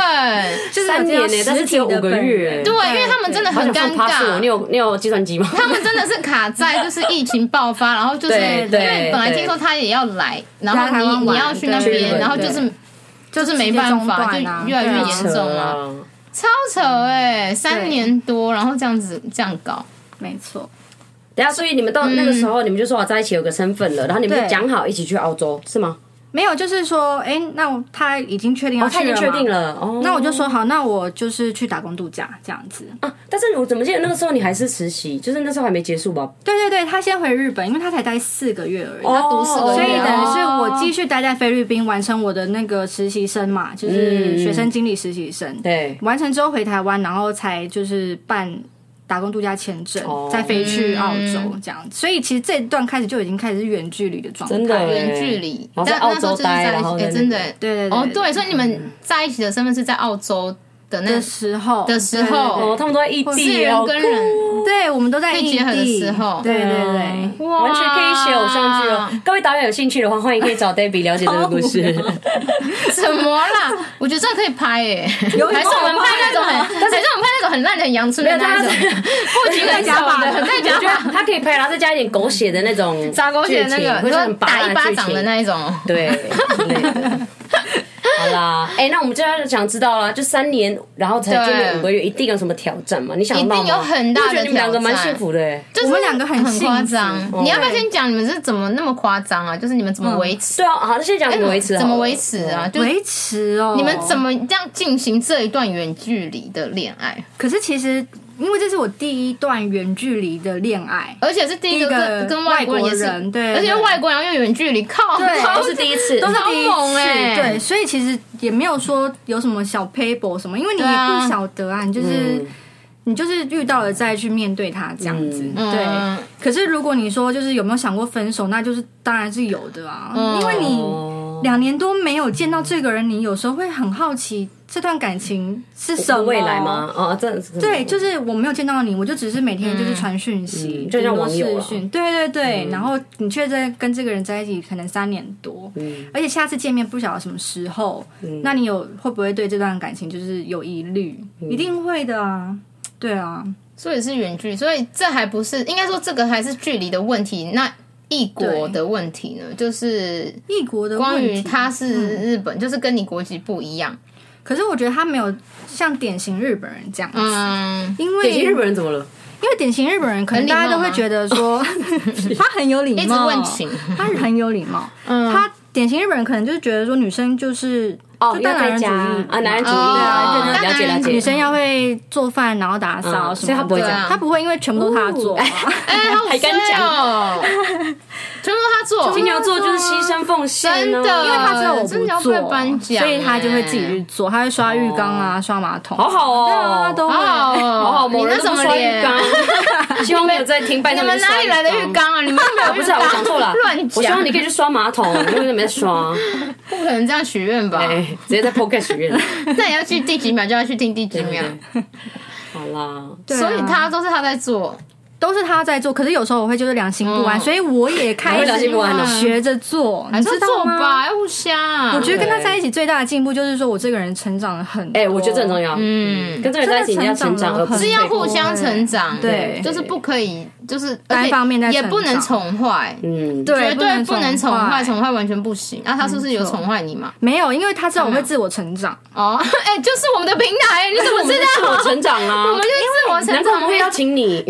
Speaker 3: 就是
Speaker 1: 三年呢，但是只有五个月，
Speaker 2: 对，因为他们真的很尴尬。
Speaker 1: 你有你有计算机吗？
Speaker 2: 他们真的是卡在就是疫情爆发，然后就是因
Speaker 1: 对对
Speaker 2: 为本来听说他也要来，然后
Speaker 3: 来台湾
Speaker 2: 你
Speaker 3: 玩
Speaker 2: 你要去那
Speaker 3: 对
Speaker 2: 边，
Speaker 1: 对
Speaker 2: 然后就是就是没办法，就
Speaker 3: 直接中断啊
Speaker 2: 越来越
Speaker 3: 对啊
Speaker 2: 严重啊，，超扯哎、三
Speaker 3: 对
Speaker 2: 年多，然后这样子这样搞，
Speaker 3: 没错，
Speaker 1: 等一下，啊所以你们到
Speaker 2: 嗯
Speaker 1: 那个时候，你们就说好啊在一起有个身份了，然后你们就讲好一起去澳洲，是吗？
Speaker 3: 没有就是说，哎、那他已经确定要
Speaker 1: 哦，
Speaker 3: 去
Speaker 1: 他
Speaker 3: 了吗、
Speaker 1: 已经确定了，哦，
Speaker 3: 那我就说好，那我就是去打工度假这样子。
Speaker 1: 啊，但是我怎么记得那个时候你还是实习，就是那时候还没结束吧？
Speaker 3: 对对对，他先回日本，因为他才待四个月而已。
Speaker 1: 哦
Speaker 2: 读四个
Speaker 3: 所以
Speaker 2: 月
Speaker 3: 等于是
Speaker 2: 哦
Speaker 3: 我继续待在菲律宾，完成我的那个实习生嘛，就是学生经理实习生。
Speaker 1: 嗯对，
Speaker 3: 完成之后回台湾，然后才就是办打工度假签证，
Speaker 1: 哦
Speaker 3: 再飞去澳洲这样。所以其实这一段开始就已经开始是远距离的状态。
Speaker 1: 真的欸
Speaker 2: 远距离，
Speaker 1: 然后在
Speaker 2: 但那
Speaker 1: 澳
Speaker 2: 时
Speaker 1: 洲
Speaker 2: 候就是在
Speaker 1: 待，
Speaker 2: 一
Speaker 1: 然后
Speaker 2: 起，哎、
Speaker 1: 在
Speaker 2: 真的欸、
Speaker 3: 对对对
Speaker 2: 哦对，所以你
Speaker 1: 嗯
Speaker 2: 们在一起的身份是在澳洲的那
Speaker 3: 的时候
Speaker 2: 的时候
Speaker 1: 哦，他们都在异
Speaker 2: 是
Speaker 1: 地，
Speaker 2: 人
Speaker 1: 哦，
Speaker 2: 跟人，
Speaker 3: 对对，我们都在
Speaker 2: 可以
Speaker 3: 异
Speaker 2: 结合的
Speaker 3: 地
Speaker 2: 时候
Speaker 3: 对对对。
Speaker 1: 嗯
Speaker 2: 哇哦
Speaker 1: 完全可以写偶像剧哦。各位导演有兴趣的话，欢迎可以找 Debbie 了解这个故 事。
Speaker 2: 什么啦？我觉得这可以拍耶、还是
Speaker 3: 有
Speaker 2: 我们拍那种很，还是我们拍那种很烂的很阳春的那一种，不仅很假发的，很在
Speaker 1: 我
Speaker 2: 假
Speaker 1: 觉得
Speaker 2: 发，
Speaker 1: 他可以拍，然后再加一点狗血的那种
Speaker 2: 撒狗血那
Speaker 1: 剧情
Speaker 2: 个，
Speaker 1: 或
Speaker 2: 你
Speaker 1: 者
Speaker 2: 说
Speaker 1: 很
Speaker 2: 打
Speaker 1: 拔
Speaker 2: 一
Speaker 1: 辣
Speaker 2: 巴
Speaker 1: 剧
Speaker 2: 掌
Speaker 1: 情
Speaker 2: 的那一种。
Speaker 1: 对之类 的。好啦，哎、那我们就要想知道啦，就三年，然后才见面
Speaker 2: 对
Speaker 1: 五个月，一定有什么挑战嘛？你想得到吗
Speaker 2: 一定有很大的
Speaker 1: 我觉得你们两个蛮
Speaker 2: 挑战
Speaker 1: 幸福的、欸，
Speaker 2: 就是
Speaker 3: 我们两个很
Speaker 2: 很
Speaker 3: 幸
Speaker 2: 夸
Speaker 3: 福
Speaker 2: 张，
Speaker 1: 哦
Speaker 2: 你要不要先讲你们是怎么那么夸张啊？就是你们怎么维持？
Speaker 1: 对啊，好，那先讲
Speaker 2: 嗯
Speaker 1: 怎么维持好了、
Speaker 2: 怎么维持啊？就是
Speaker 3: 维持哦，
Speaker 2: 你们怎么这样进行这一段远距离的恋爱？
Speaker 3: 可是其实，因为这是我第一段远距离的恋爱，
Speaker 2: 而且是第一个
Speaker 3: 第一个
Speaker 2: 跟跟外国人也
Speaker 3: 外国
Speaker 2: 是，
Speaker 3: 人对
Speaker 2: 而且又外国人又远距离，靠，
Speaker 3: 对
Speaker 2: 超
Speaker 1: 都是第一次，
Speaker 3: 都是第一
Speaker 2: 好猛
Speaker 3: 次，
Speaker 2: 欸
Speaker 3: 对，所以其实也没有说有什么小 paper 什么，因为你也
Speaker 2: 对啊
Speaker 3: 不晓得啊，你就是、
Speaker 1: 嗯
Speaker 3: 你就是遇到了再去面对它这样子，
Speaker 2: 嗯
Speaker 3: 对。可是如果你说就是有没有想过分手，那就是当然是有的啊，
Speaker 2: 嗯
Speaker 3: 因为你
Speaker 1: 哦
Speaker 3: 两年多没有见到这个人，你有时候会很好奇这段感情是什么
Speaker 1: 未来？吗？哦，这
Speaker 3: 对，就是我没有见到你，我就只是每天就是传讯息，
Speaker 1: 嗯就像
Speaker 3: 顶多
Speaker 1: 网友啊嗯
Speaker 3: 视讯，对对对。然后你却在跟这个人在一起可能三年多，
Speaker 1: 嗯
Speaker 3: 而且下次见面不晓得什么时候，那你有会不会对这段感情就是有疑虑？
Speaker 1: 嗯
Speaker 3: 一定会的啊，对啊，
Speaker 2: 所以是远距离，所以这还不是应该说这个还是距离的问题。那异国的问题呢，就是
Speaker 3: 异国的
Speaker 2: 关
Speaker 3: 问
Speaker 2: 于
Speaker 3: 题，
Speaker 2: 他是日本，就是跟你国籍不一样。
Speaker 3: 可是我觉得他没有像典型日本人这样子，
Speaker 2: 嗯，
Speaker 3: 因为
Speaker 1: 典型日本人怎么了？
Speaker 3: 因为典型日本人可能大家都会觉得说 他很有礼貌，
Speaker 2: 一直问情，
Speaker 3: 他很有礼貌，嗯他典型日本人可能就是觉得说女生就是
Speaker 1: 哦，
Speaker 3: 就
Speaker 1: 要
Speaker 3: 大男人
Speaker 1: 在
Speaker 3: 主
Speaker 1: 家
Speaker 3: 义
Speaker 1: 啊，男人主义
Speaker 2: 哦
Speaker 1: 啊，
Speaker 2: 对对对
Speaker 1: 了解了解，
Speaker 3: 女生要会做饭，然后打扫
Speaker 1: 嗯
Speaker 3: 什么的，
Speaker 1: 所以他不会哦
Speaker 2: 这样
Speaker 3: 他不会，因为全部都他做嘛。啊
Speaker 2: 哎，好
Speaker 1: 还敢
Speaker 2: 衰
Speaker 1: 讲
Speaker 2: 哦，全部都他做，
Speaker 1: 金牛座就是牺牲奉献啊，
Speaker 2: 真的，因为
Speaker 3: 他知道我
Speaker 2: 真的要
Speaker 3: 不
Speaker 2: 被
Speaker 3: 做，
Speaker 2: 颁奖，
Speaker 3: 所以他就会自己去
Speaker 2: 哎。
Speaker 3: 做，他会刷浴缸啊，刷马桶，
Speaker 1: 好好哦
Speaker 3: 对啊，都会。
Speaker 2: 好
Speaker 1: 好好，
Speaker 2: 好，
Speaker 1: 哦某
Speaker 2: 哦你
Speaker 1: 人
Speaker 2: 那
Speaker 1: 都不
Speaker 2: 什么
Speaker 1: 刷浴
Speaker 2: 脸？
Speaker 1: 缸， 希望没有在听，拜托
Speaker 2: 你们哪里来的浴？缸啊？你 们没有
Speaker 1: 不
Speaker 2: 浴
Speaker 1: 是啊，
Speaker 2: 缸，
Speaker 1: 我讲错了，
Speaker 2: 乱讲。
Speaker 1: 我希望你可以去刷马 桶，因为你没刷，
Speaker 2: 不可能这样许愿吧？
Speaker 1: 哎，直接在 Podcast 许愿。
Speaker 2: 那你要去第几秒就要去听第几秒，
Speaker 1: 好啦，
Speaker 3: 对啊
Speaker 2: 所以他都是他在做。
Speaker 3: 都是他在做，可是有时候我会就是良心不安，
Speaker 2: 嗯
Speaker 3: 所以我也开
Speaker 1: 哪会良心不安哦呢
Speaker 3: 始学着做，
Speaker 2: 还是
Speaker 3: 你知
Speaker 2: 要
Speaker 3: 道
Speaker 2: 做
Speaker 3: 吗？
Speaker 2: 吧，要互相。
Speaker 3: 我觉得跟他在一起最大的进步就是说我这个人成长了很多，
Speaker 1: 哎，我觉得这很重要，嗯，跟这个人在一起你要成长，而不
Speaker 2: 是
Speaker 1: 是
Speaker 2: 要
Speaker 1: 退步
Speaker 2: 互相成长，
Speaker 3: 对
Speaker 2: 就是不可以，就是
Speaker 3: 单方面在
Speaker 2: 而且也
Speaker 3: 成
Speaker 2: 不能
Speaker 3: 长
Speaker 2: 宠坏，
Speaker 1: 嗯，
Speaker 3: 对，
Speaker 2: 绝对不能宠坏，
Speaker 3: 坏。
Speaker 2: 宠坏完全不行。那他是不是有宠坏你嘛？
Speaker 3: 没有，因为他知道我会自我 成长，
Speaker 2: 哦，哎，就是我们的平台，你怎么知
Speaker 1: 自
Speaker 2: 道？
Speaker 1: 我成长啊，
Speaker 2: 我们就是哦自我
Speaker 1: 难
Speaker 2: 成
Speaker 1: 怪我们
Speaker 2: 长
Speaker 1: 会
Speaker 2: 面
Speaker 1: 邀。请你。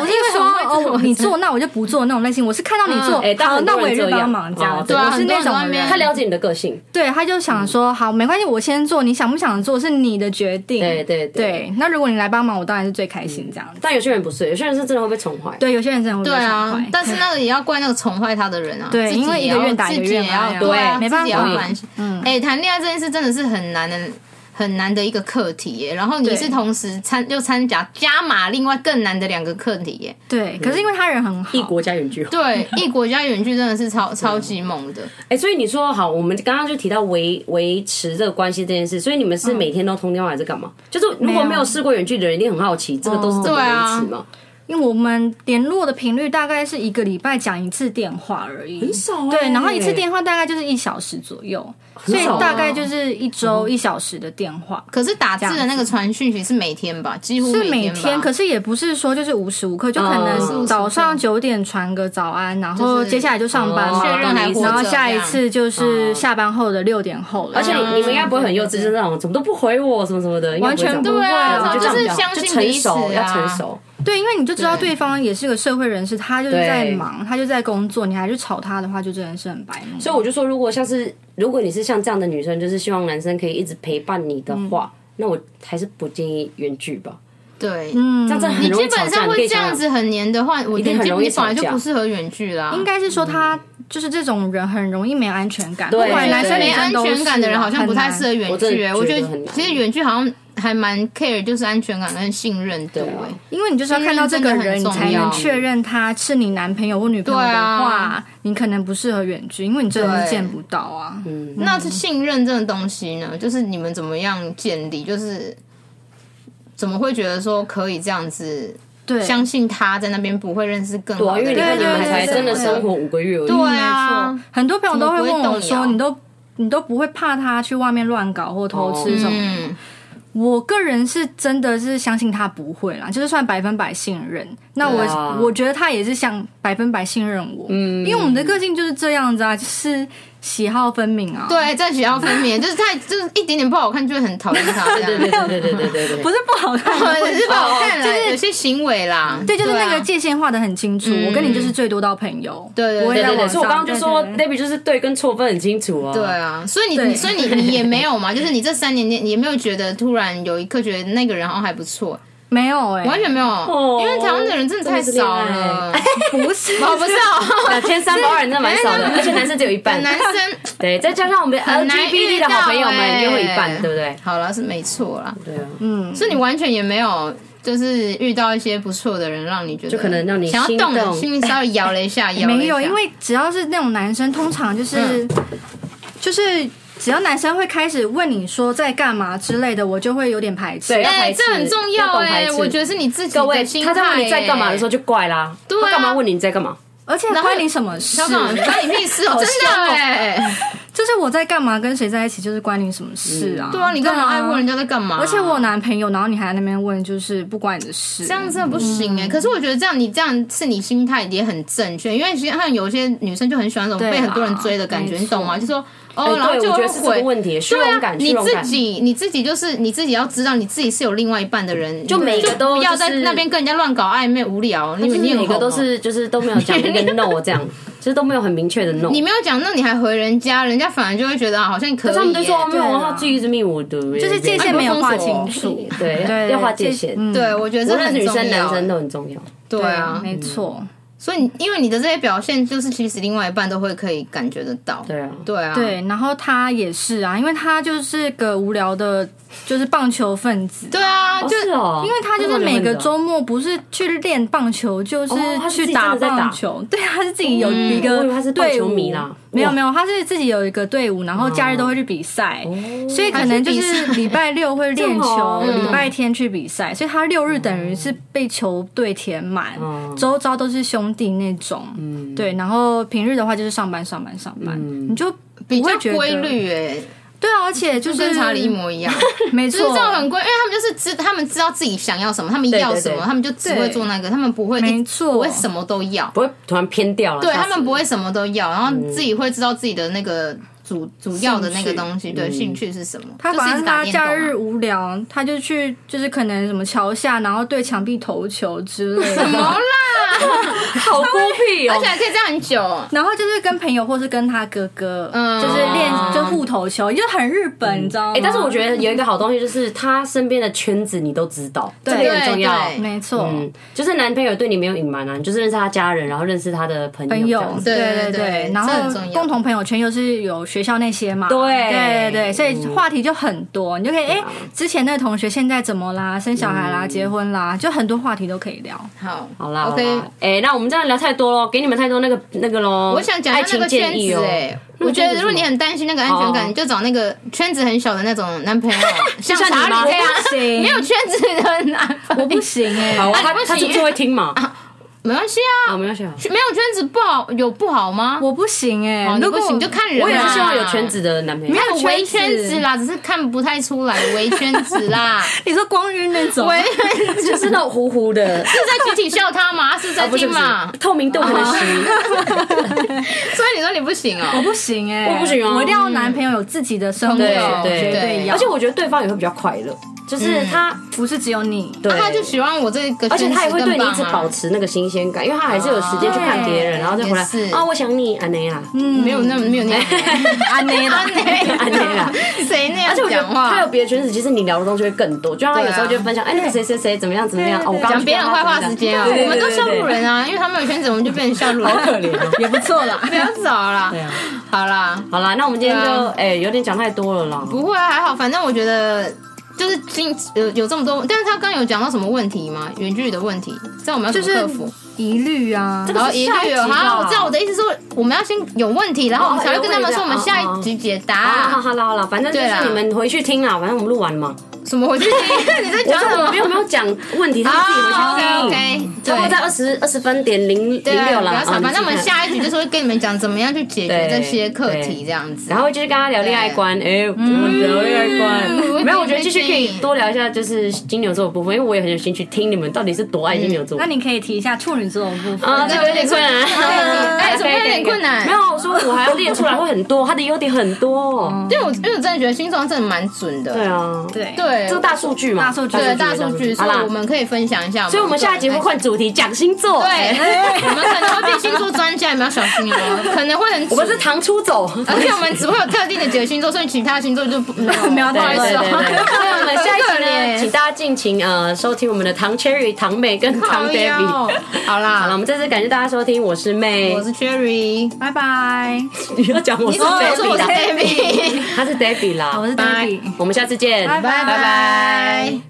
Speaker 3: 我不是说
Speaker 2: 啊因为我会自我
Speaker 3: 哦
Speaker 2: 成
Speaker 3: 你做那我就不做那种类型，我是看到你做，
Speaker 1: 嗯哎但
Speaker 3: 好
Speaker 1: 很
Speaker 3: 那
Speaker 1: 多
Speaker 3: 我也
Speaker 1: 人
Speaker 3: 去
Speaker 1: 这样
Speaker 3: 帮忙这样
Speaker 1: 哦
Speaker 3: 子，
Speaker 1: 对啊
Speaker 3: 我是那
Speaker 2: 很多人在外
Speaker 3: 种
Speaker 2: 面
Speaker 3: 人
Speaker 1: 他。了解你的个性，
Speaker 3: 对，他就想说，好，没关系，我先做，你想不想做是你的决定。
Speaker 1: 对哎对对
Speaker 3: 对，那如果你来帮忙，我当然是最开心这样子。
Speaker 1: 但有些人不是，有些人是真的会被宠坏。
Speaker 3: 对，有些人真的
Speaker 2: 嗯
Speaker 3: 会
Speaker 2: 对
Speaker 3: 被宠
Speaker 2: 啊
Speaker 3: 坏，
Speaker 2: 但是那个 也要怪那个宠坏他的人啊。
Speaker 3: 对
Speaker 2: 自己
Speaker 3: 因为
Speaker 2: 也
Speaker 3: 一个
Speaker 2: 要
Speaker 3: 愿打
Speaker 2: 自
Speaker 3: 一个
Speaker 2: 己
Speaker 3: 愿
Speaker 2: 也要
Speaker 3: 挨啊
Speaker 2: 对啊，
Speaker 3: 没办
Speaker 2: 自己也要
Speaker 3: 法嗯
Speaker 2: 反省。哎，谈恋爱这件事真的是很难的。很难的一个课题耶，然后你
Speaker 3: 对
Speaker 2: 是同时参又参加加码另外更难的两个课题耶，
Speaker 3: 对，可是因为他人很好，
Speaker 1: 异国家远距，
Speaker 2: 对，异国家远距真的是超超级猛的，
Speaker 1: 哎、所以你说好，我们刚刚就提到维维持这个关系这件事，所以你们
Speaker 2: 嗯
Speaker 1: 是每天都通电话还是干嘛？就是如果没有试过远距离的人，一定很好奇，这个都是怎么
Speaker 2: 对啊
Speaker 1: 维持嘛？
Speaker 3: 因为我们联络的频率大概是一个礼拜讲一次电话而已，
Speaker 1: 很少欸
Speaker 3: 对，然后一次电话大概就是一小时左右，所以
Speaker 1: 少啊嗯
Speaker 3: 大概就是一周一小时的电话。
Speaker 2: 可是打字的那个传讯息是每天吧，几乎
Speaker 3: 是每
Speaker 2: 天吧
Speaker 3: 天，可是也不是说就是无时无刻，就可
Speaker 1: 哦
Speaker 3: 能早上九点传个早安，然后接下来就上班嘛，
Speaker 1: 哦确认还活着哦
Speaker 3: 然后下一次就是下班后的六点后了，
Speaker 1: 而且你
Speaker 2: 嗯
Speaker 1: 你们应该不会很幼稚，就是那种怎么都不回我什么什么的，应该不会这样
Speaker 3: 完全不
Speaker 2: 对啊，
Speaker 3: 会
Speaker 1: 就
Speaker 2: 就
Speaker 1: 这样比
Speaker 2: 是
Speaker 1: 较好
Speaker 2: 相
Speaker 1: 就
Speaker 2: 信
Speaker 1: 成
Speaker 2: 彼此
Speaker 1: 熟，
Speaker 2: 啊，
Speaker 1: 要成。熟。
Speaker 3: 对，因为你就知道对方也是个社会人士，他就是
Speaker 1: 对
Speaker 3: 在忙，他就在工作，你还去吵他的话，就真的是很白目。
Speaker 1: 所以我就说，如果像是如果你是像这样的女生，就是希望男生可以一直陪伴你的
Speaker 2: 嗯
Speaker 1: 话，那我还是不建议远距吧。
Speaker 2: 对，
Speaker 3: 嗯，
Speaker 1: 这样真的很
Speaker 2: 你
Speaker 1: 容
Speaker 2: 基
Speaker 1: 易吵架
Speaker 2: 本上
Speaker 1: 你可以
Speaker 2: 会
Speaker 1: 啊
Speaker 2: 这
Speaker 1: 想
Speaker 2: 样子很黏的话，我
Speaker 1: 一定
Speaker 2: 你
Speaker 1: 很
Speaker 2: 就
Speaker 1: 容易
Speaker 2: 你本来
Speaker 1: 吵
Speaker 2: 就
Speaker 1: 架
Speaker 2: 不适合远距啦。
Speaker 3: 应该是说他就是这种人很容易没有安全感，不
Speaker 1: 对
Speaker 3: 管男生
Speaker 2: 没
Speaker 3: 女
Speaker 2: 安
Speaker 3: 生都是
Speaker 2: 全感的人好像不太适
Speaker 1: 啊
Speaker 2: 合。
Speaker 1: 我
Speaker 2: 远
Speaker 1: 真
Speaker 2: 距、
Speaker 1: 的
Speaker 2: 欸，我
Speaker 1: 觉
Speaker 2: 觉
Speaker 1: 得很
Speaker 2: 得
Speaker 1: 难
Speaker 2: 其实远距好像还蛮 care 就是安全感跟信任度、
Speaker 1: 啊
Speaker 2: 欸。
Speaker 3: 因为你就是要看到这个人，
Speaker 2: 信任真
Speaker 3: 你
Speaker 2: 的很重要
Speaker 3: 才能确认他是你男朋友或女朋友的
Speaker 2: 对
Speaker 3: 话
Speaker 2: 啊，
Speaker 3: 你可能不适合远距，因为你真的
Speaker 2: 对嗯
Speaker 3: 是见不到啊。
Speaker 2: 那这信任这种东西呢，就是你们怎么样建立？就是怎么会觉得说可以这样子
Speaker 3: 对，
Speaker 2: 相信他在那边不会认识更
Speaker 1: 对
Speaker 2: 好
Speaker 1: 啊，
Speaker 2: 的
Speaker 1: 因为
Speaker 2: 人？
Speaker 1: 你看你
Speaker 3: 对
Speaker 1: 们才
Speaker 3: 对
Speaker 1: 真的
Speaker 3: 对
Speaker 1: 生活五个月而已，
Speaker 2: 对
Speaker 3: 没
Speaker 2: 啊
Speaker 3: 错，很多朋友都会问我
Speaker 2: 怎么不会动摇
Speaker 3: 说，你都你都不会怕他去外面乱搞或偷吃什么的吗
Speaker 2: 嗯，
Speaker 3: 我个人是真的是相信他不会啦，就是算百分百信任。那我、
Speaker 1: 对啊
Speaker 3: 我觉得他也是想百分百信任我，嗯，因为我们的个性就是这样子啊，就是喜好分明啊。，
Speaker 2: 对，在学校分娩，就是他就是一点点不好看就会很讨厌他这
Speaker 1: 对
Speaker 2: 样，
Speaker 1: 对对对对对对对，
Speaker 3: 不是不好看，
Speaker 2: 是不
Speaker 1: 哦
Speaker 2: 好看啦，
Speaker 3: 就
Speaker 2: 有
Speaker 3: 是。
Speaker 2: 些行为啦，
Speaker 3: 对，就是
Speaker 2: 啊
Speaker 3: 那个界限画的很清楚。我跟你就是最多到朋友，
Speaker 2: 对对
Speaker 3: 不会
Speaker 1: 对
Speaker 3: 在
Speaker 1: 对对，
Speaker 3: 网
Speaker 1: 所以
Speaker 3: 上。
Speaker 1: 我刚刚就说
Speaker 3: 对对对
Speaker 1: Debbie 就是对跟错分很清楚啊。
Speaker 2: 对啊，所以你
Speaker 3: 对
Speaker 2: 你所以你你也没有嘛，就是你这三年你你也没有觉得突然有一刻觉得那个人好像还不错，
Speaker 3: 没有哎、
Speaker 2: 完全没有，
Speaker 1: 哦
Speaker 2: 因为台湾的人真的太少了，不是 哦不是哦，
Speaker 1: 两千三百万人真的蛮少的，而且男生只有一半。
Speaker 2: 男生
Speaker 1: 对，再加上我们
Speaker 2: 很难遇
Speaker 1: LGBT 的
Speaker 2: 到
Speaker 1: 好朋友们，
Speaker 2: 欸
Speaker 1: 约会一半，对不对？
Speaker 2: 好了是没错啦，
Speaker 1: 对啊，
Speaker 3: 嗯，
Speaker 2: 所以你完全也没有。就是遇到一些不错的人，让你觉得就
Speaker 1: 可能让你
Speaker 2: 想要
Speaker 1: 心
Speaker 2: 动了，
Speaker 1: 动
Speaker 2: 心里稍微摇了 一下，摇了一下
Speaker 3: 没有，因为只要是那种男生，通常就是、就是只要男生会开始问你说在干嘛之类的，我就会有点排斥。
Speaker 1: 对要
Speaker 2: 哎、
Speaker 1: 排斥
Speaker 2: 这很重
Speaker 1: 要
Speaker 2: 要
Speaker 1: 懂
Speaker 2: 哎、
Speaker 1: 排斥
Speaker 2: 我觉得是你自己
Speaker 1: 各位
Speaker 2: 的心
Speaker 1: 他
Speaker 2: 态、
Speaker 1: 在问你在干嘛的时候就怪啦，
Speaker 2: 对啊
Speaker 1: 他干嘛问你你在干嘛？
Speaker 3: 而且
Speaker 2: 然后
Speaker 3: 关你什么事
Speaker 2: 小？港关你屁事哦，真的哎、
Speaker 3: 就是我在干嘛，跟谁在一起，就是关你什么事啊？
Speaker 2: 对啊，你干嘛爱问人
Speaker 3: 家？
Speaker 2: 家在干嘛、
Speaker 3: 而且我有男朋友，然后你还在那边问，就是不关你的事。
Speaker 2: 这样真的不行哎、可是我觉得这样你这样是你心态也很正确，因为其实像有些女生就很喜欢那种
Speaker 3: 对
Speaker 2: 被
Speaker 3: 啦
Speaker 2: 很多人追的感觉，
Speaker 3: 没错
Speaker 2: 你懂吗？就说
Speaker 1: 啊哎
Speaker 2: 哦，然后
Speaker 1: 对，
Speaker 2: 就
Speaker 1: 我觉
Speaker 2: 会
Speaker 1: 得是这个
Speaker 2: 回。
Speaker 1: 问题，虚
Speaker 2: 对
Speaker 1: 荣
Speaker 2: 啊，
Speaker 1: 感，虚
Speaker 2: 你
Speaker 1: 荣
Speaker 2: 自
Speaker 1: 感。
Speaker 2: 己你自己就是你自己要知道你自己是有另外一半的人，就
Speaker 1: 每个都
Speaker 2: 不要在
Speaker 1: 就是
Speaker 2: 那边跟人家乱搞暧昧，无聊。你
Speaker 1: 就是
Speaker 2: 你
Speaker 1: 每
Speaker 2: 很
Speaker 1: 个
Speaker 2: 红
Speaker 1: 都
Speaker 2: 哦
Speaker 1: 是就是都没有讲一个 no 这样，就是都没有很明确的 no。
Speaker 2: 你没有讲，那你还回人家，人家反而就会觉得啊，好像可以耶。
Speaker 1: 他们都说哦没有
Speaker 3: 对
Speaker 1: 啊，
Speaker 3: 啦
Speaker 1: 他自己一直密我的，就
Speaker 3: 就是界限没有划
Speaker 2: 哎
Speaker 3: 清楚，
Speaker 1: 对
Speaker 3: 对，
Speaker 1: 要划界限
Speaker 3: 嗯
Speaker 2: 对，我觉得
Speaker 1: 无
Speaker 2: 这
Speaker 1: 论
Speaker 2: 很
Speaker 1: 是女生
Speaker 2: 重要
Speaker 1: 男生都很重要。
Speaker 2: 对
Speaker 3: 对
Speaker 2: 啊。
Speaker 3: 没错。
Speaker 2: 所以你嗯因为你的这些表现，就是其实另外一半都会可以感觉得到。
Speaker 1: 对啊
Speaker 2: 对啊，
Speaker 3: 对，然后他也是啊，因为他就是个无聊的，就是棒球分子。
Speaker 2: 对啊，就。
Speaker 1: 是哦，
Speaker 3: 因为他就是每个周末不是去练棒球，就是
Speaker 1: 哦他是自己
Speaker 3: 去
Speaker 1: 真的在打哦
Speaker 3: 棒球。对，他是自己有一
Speaker 1: 我以
Speaker 3: 个
Speaker 1: 为他是棒
Speaker 3: 队
Speaker 1: 球
Speaker 3: 伍，
Speaker 1: 迷啦
Speaker 3: 没有
Speaker 1: 哇
Speaker 3: 没有，他是自己有一个队伍，然后假日都会去比赛，所以可能就
Speaker 2: 他去
Speaker 3: 是
Speaker 2: 比赛
Speaker 3: 礼拜六会练
Speaker 1: 哦这么好
Speaker 3: 球，
Speaker 1: 嗯
Speaker 3: 礼拜天去比赛，所以他六日等于是被球队填满
Speaker 1: 嗯，
Speaker 3: 周遭都是兄弟那种。对，然后平日的话就是上班上班上班，
Speaker 1: 嗯
Speaker 3: 你就
Speaker 2: 比
Speaker 3: 不会
Speaker 2: 较
Speaker 3: 觉得
Speaker 2: 规律诶，
Speaker 3: 对啊，而且就
Speaker 2: 就是跟查理一模一样，
Speaker 1: 嗯
Speaker 3: 没
Speaker 2: 就是
Speaker 3: 错
Speaker 2: 这，种很规，因为他们就是知，他们知道自己想要什么，他们要
Speaker 1: 对
Speaker 2: 什
Speaker 1: 对
Speaker 2: 么，
Speaker 1: 对
Speaker 2: 他们就只会做那个，他们不会
Speaker 3: 没
Speaker 2: 一
Speaker 3: 错，
Speaker 2: 不会什么都要，
Speaker 1: 不会突然偏掉了，
Speaker 2: 对
Speaker 1: 吓
Speaker 2: 他
Speaker 1: 死
Speaker 2: 们不
Speaker 1: 人嗯
Speaker 2: 会什么都要，然后自己会知道自己的那个主主要的那个东西，
Speaker 1: 嗯
Speaker 2: 对，兴趣是什么。
Speaker 3: 他
Speaker 2: 就是
Speaker 3: 反
Speaker 2: 一直
Speaker 3: 正
Speaker 2: 打
Speaker 3: 他
Speaker 2: 电动啊
Speaker 3: 假日无聊，他就去就是可能什么桥下，然后对墙壁投球之类
Speaker 2: 怎么
Speaker 3: 的，
Speaker 2: 啦？
Speaker 1: 好孤僻哦
Speaker 2: 而且，还可以这样很
Speaker 1: 嗯
Speaker 2: 久。
Speaker 3: 然后就是跟朋友或是跟他哥哥，
Speaker 2: 嗯
Speaker 3: 就是练就互投球，就很日本，你知道吗？
Speaker 1: 哎、但是
Speaker 2: 哦
Speaker 1: 我觉得有一个好东西，就是他身边的圈子你都知道，这个也很重要。
Speaker 2: 对对
Speaker 3: 没错，
Speaker 1: 嗯，就是男朋友对你没有隐瞒啊，你就是认识他家人，然后认识他的朋友，
Speaker 3: 朋
Speaker 1: 这
Speaker 3: 友
Speaker 1: 样子
Speaker 2: 对对
Speaker 3: 对
Speaker 2: 对
Speaker 3: 然
Speaker 2: 这很
Speaker 3: 后
Speaker 2: 重要
Speaker 3: 共同朋友圈又是有学校那些嘛，
Speaker 1: 对
Speaker 3: 对对对，所
Speaker 1: 嗯
Speaker 3: 以话题就很多，你就可以
Speaker 1: 啊
Speaker 3: 哎，之前
Speaker 1: 嗯
Speaker 3: 那个同学现在怎么啦，生小孩啦，结婚啦，就很多话题都可以聊。
Speaker 2: 好，
Speaker 1: 好啦
Speaker 2: o k
Speaker 1: 好啦。哎、那我们这样聊太多了，给你们太多那个那个喽。
Speaker 2: 我想讲一
Speaker 1: 爱
Speaker 2: 下那
Speaker 1: 情
Speaker 2: 个圈
Speaker 1: 建议
Speaker 2: 子
Speaker 1: 哦、
Speaker 2: 哎、我觉得如果你很担心那个安全
Speaker 1: 哦
Speaker 2: 感，你就找那个圈子很小的那种男 朋友，像
Speaker 1: 像
Speaker 2: 查
Speaker 1: 你吗
Speaker 2: 理这样
Speaker 3: 我不，行
Speaker 2: 没有圈子的男朋友，
Speaker 3: 我不行哎、
Speaker 1: 好，
Speaker 2: 啊
Speaker 1: 他
Speaker 2: 你不
Speaker 1: 他是
Speaker 2: 行
Speaker 1: 不是会听 嘛？
Speaker 2: 没关系
Speaker 1: 啊，
Speaker 2: 啊，
Speaker 1: 没关系啊。
Speaker 2: 没有圈子不好有不好吗？
Speaker 3: 我不行哎、
Speaker 2: 哦你
Speaker 3: 如果
Speaker 2: 不行就看人啊
Speaker 1: 我也是希望有圈子的男朋友
Speaker 2: 还。有
Speaker 3: 没有
Speaker 2: 围
Speaker 3: 圈
Speaker 2: 圈
Speaker 3: 子
Speaker 2: 子啦，只是看不太出来围圈子 啦，
Speaker 3: 你说光晕那种，
Speaker 2: 围圈子
Speaker 1: 就是那种糊糊的，
Speaker 2: 是在集体笑他吗？是在
Speaker 1: 哦不是
Speaker 2: 听
Speaker 1: 不
Speaker 2: 吗
Speaker 1: 是？透明度很低，
Speaker 2: 所以你说你不行
Speaker 3: 我
Speaker 2: 哦，
Speaker 3: 不行哎、
Speaker 1: 我不行啊
Speaker 3: 我一定要男朋友有自己的生活，
Speaker 2: 对
Speaker 3: 绝
Speaker 1: 对
Speaker 3: 对
Speaker 2: 哦
Speaker 3: 要，
Speaker 1: 而且我觉得对方也会比较快乐，就是他
Speaker 3: 不是只有你，
Speaker 1: 对，
Speaker 2: 嗯啊他就喜欢我这个
Speaker 1: 而且
Speaker 2: 圈子更棒啊，
Speaker 1: 他也会对你一直保持那个新鲜感，因为他还是有时间去看别人，
Speaker 3: 哦
Speaker 1: 然后再回来
Speaker 2: 也是
Speaker 1: 啊，我想你，安内啦，
Speaker 3: 嗯，
Speaker 2: 没有那没 有那样，
Speaker 3: 安内啦，
Speaker 1: 安内啦。
Speaker 2: 谁那
Speaker 1: 而且我觉
Speaker 2: 样
Speaker 1: 得
Speaker 2: 讲话？啊
Speaker 1: 他有别的圈子，其实你聊的东西会更多。就像他有时候就会分享，哎，那个谁谁谁怎么样怎么样，哦我刚刚
Speaker 2: 讲别人坏话时间啊，
Speaker 1: 对对对
Speaker 2: 我们都笑路人啊，因为他们有圈子，我们就变成笑路人，
Speaker 1: 好可怜 哦。
Speaker 3: 也不错 啦。
Speaker 2: 不要找啦
Speaker 1: 啊。
Speaker 2: 好啦，
Speaker 1: 好啦，那我们今天
Speaker 2: 对
Speaker 1: 就
Speaker 2: 啊
Speaker 1: 哎有点讲太多了啦。
Speaker 2: 不会啊，还好，反正我觉得就是今有有这么多，但是他刚刚有讲到什么问题吗？远距离的问题，这样我们要
Speaker 3: 就
Speaker 2: 怎么
Speaker 3: 是
Speaker 2: 克服？
Speaker 3: 疑虑啊，
Speaker 1: 这
Speaker 2: 然
Speaker 1: 个
Speaker 2: 后
Speaker 1: 是
Speaker 2: 一
Speaker 1: 下一
Speaker 2: 律
Speaker 1: 集
Speaker 2: 有
Speaker 1: 吧
Speaker 2: 好，我知道我的意思是，我们要先有问题，然后我们才会跟他们说我们下一集解
Speaker 1: 啊，好
Speaker 2: 答。
Speaker 1: 好啦好啦，反正就
Speaker 2: 对啦
Speaker 1: 是你们回去听啦，反正我们录完了嘛。
Speaker 2: 什么？我 去听你在
Speaker 1: 我
Speaker 2: 讲什
Speaker 1: 说我
Speaker 2: 么
Speaker 1: 们？有没有讲问题，他们自己回去听。
Speaker 2: OK，
Speaker 1: 差不多在二十二十分点零零
Speaker 2: 哦对啊，
Speaker 1: 六
Speaker 2: 不
Speaker 1: 啦
Speaker 2: 要。吵，
Speaker 1: 啊
Speaker 2: 反正我们。
Speaker 1: 你自己看
Speaker 2: 下一集就是会跟你们讲怎么样去解决这些课题，这样子。
Speaker 1: 然后就是跟他聊恋爱观，哎，我们聊恋爱观，
Speaker 2: 嗯
Speaker 1: 没有，我觉得继续可
Speaker 2: 我
Speaker 1: 以
Speaker 2: 听
Speaker 1: 多聊一下，就是金牛座的部分，因为我也很有兴趣听你们到底是多爱金牛座
Speaker 3: 那。
Speaker 2: 嗯
Speaker 3: 你可以提一下处女座的部分
Speaker 1: 啊，这个有点困难，
Speaker 2: 哎怎么会有点困难
Speaker 1: 没有，我说我还要列出来会很多，他的优点很多。
Speaker 2: 因为我因为我真的觉得星座真的蛮准的，
Speaker 1: 对啊，
Speaker 3: 对
Speaker 2: 对，
Speaker 1: 这个大数据嘛，
Speaker 3: 大数据
Speaker 2: 对大数据，
Speaker 1: 好
Speaker 2: 所以
Speaker 1: 啦
Speaker 2: 我，们可以分享一下。
Speaker 1: 所以我们下一集会换主题讲星座。
Speaker 2: 对， 我们可能会变星座专家，你们要小心哦，可能会很
Speaker 1: 我们是唐出走，
Speaker 2: 而且我们只会有特定的几个星座，所以其他星座就不没有
Speaker 3: 没有
Speaker 2: 不好意思
Speaker 1: 对
Speaker 2: 哦
Speaker 1: 对对对，所以我们下一集呢，请
Speaker 2: 很可怜
Speaker 1: 大家尽情呃收听我们的唐 Cherry、唐妹跟唐
Speaker 2: 好呀
Speaker 1: Baby。
Speaker 2: 哦好
Speaker 1: 好了，我
Speaker 2: 啦，
Speaker 1: 们再次感谢大家收听，我是妹
Speaker 2: 我，是 Cherry，
Speaker 3: 拜拜，
Speaker 1: 你要讲我是
Speaker 2: 怎么没有说我
Speaker 1: Baby
Speaker 2: 是
Speaker 1: 啦，
Speaker 2: Baby，
Speaker 1: 她是 Debbie 啦
Speaker 3: 我，是 d
Speaker 2: 拜
Speaker 3: e b
Speaker 1: 我们下次见，
Speaker 3: 拜
Speaker 2: 拜拜。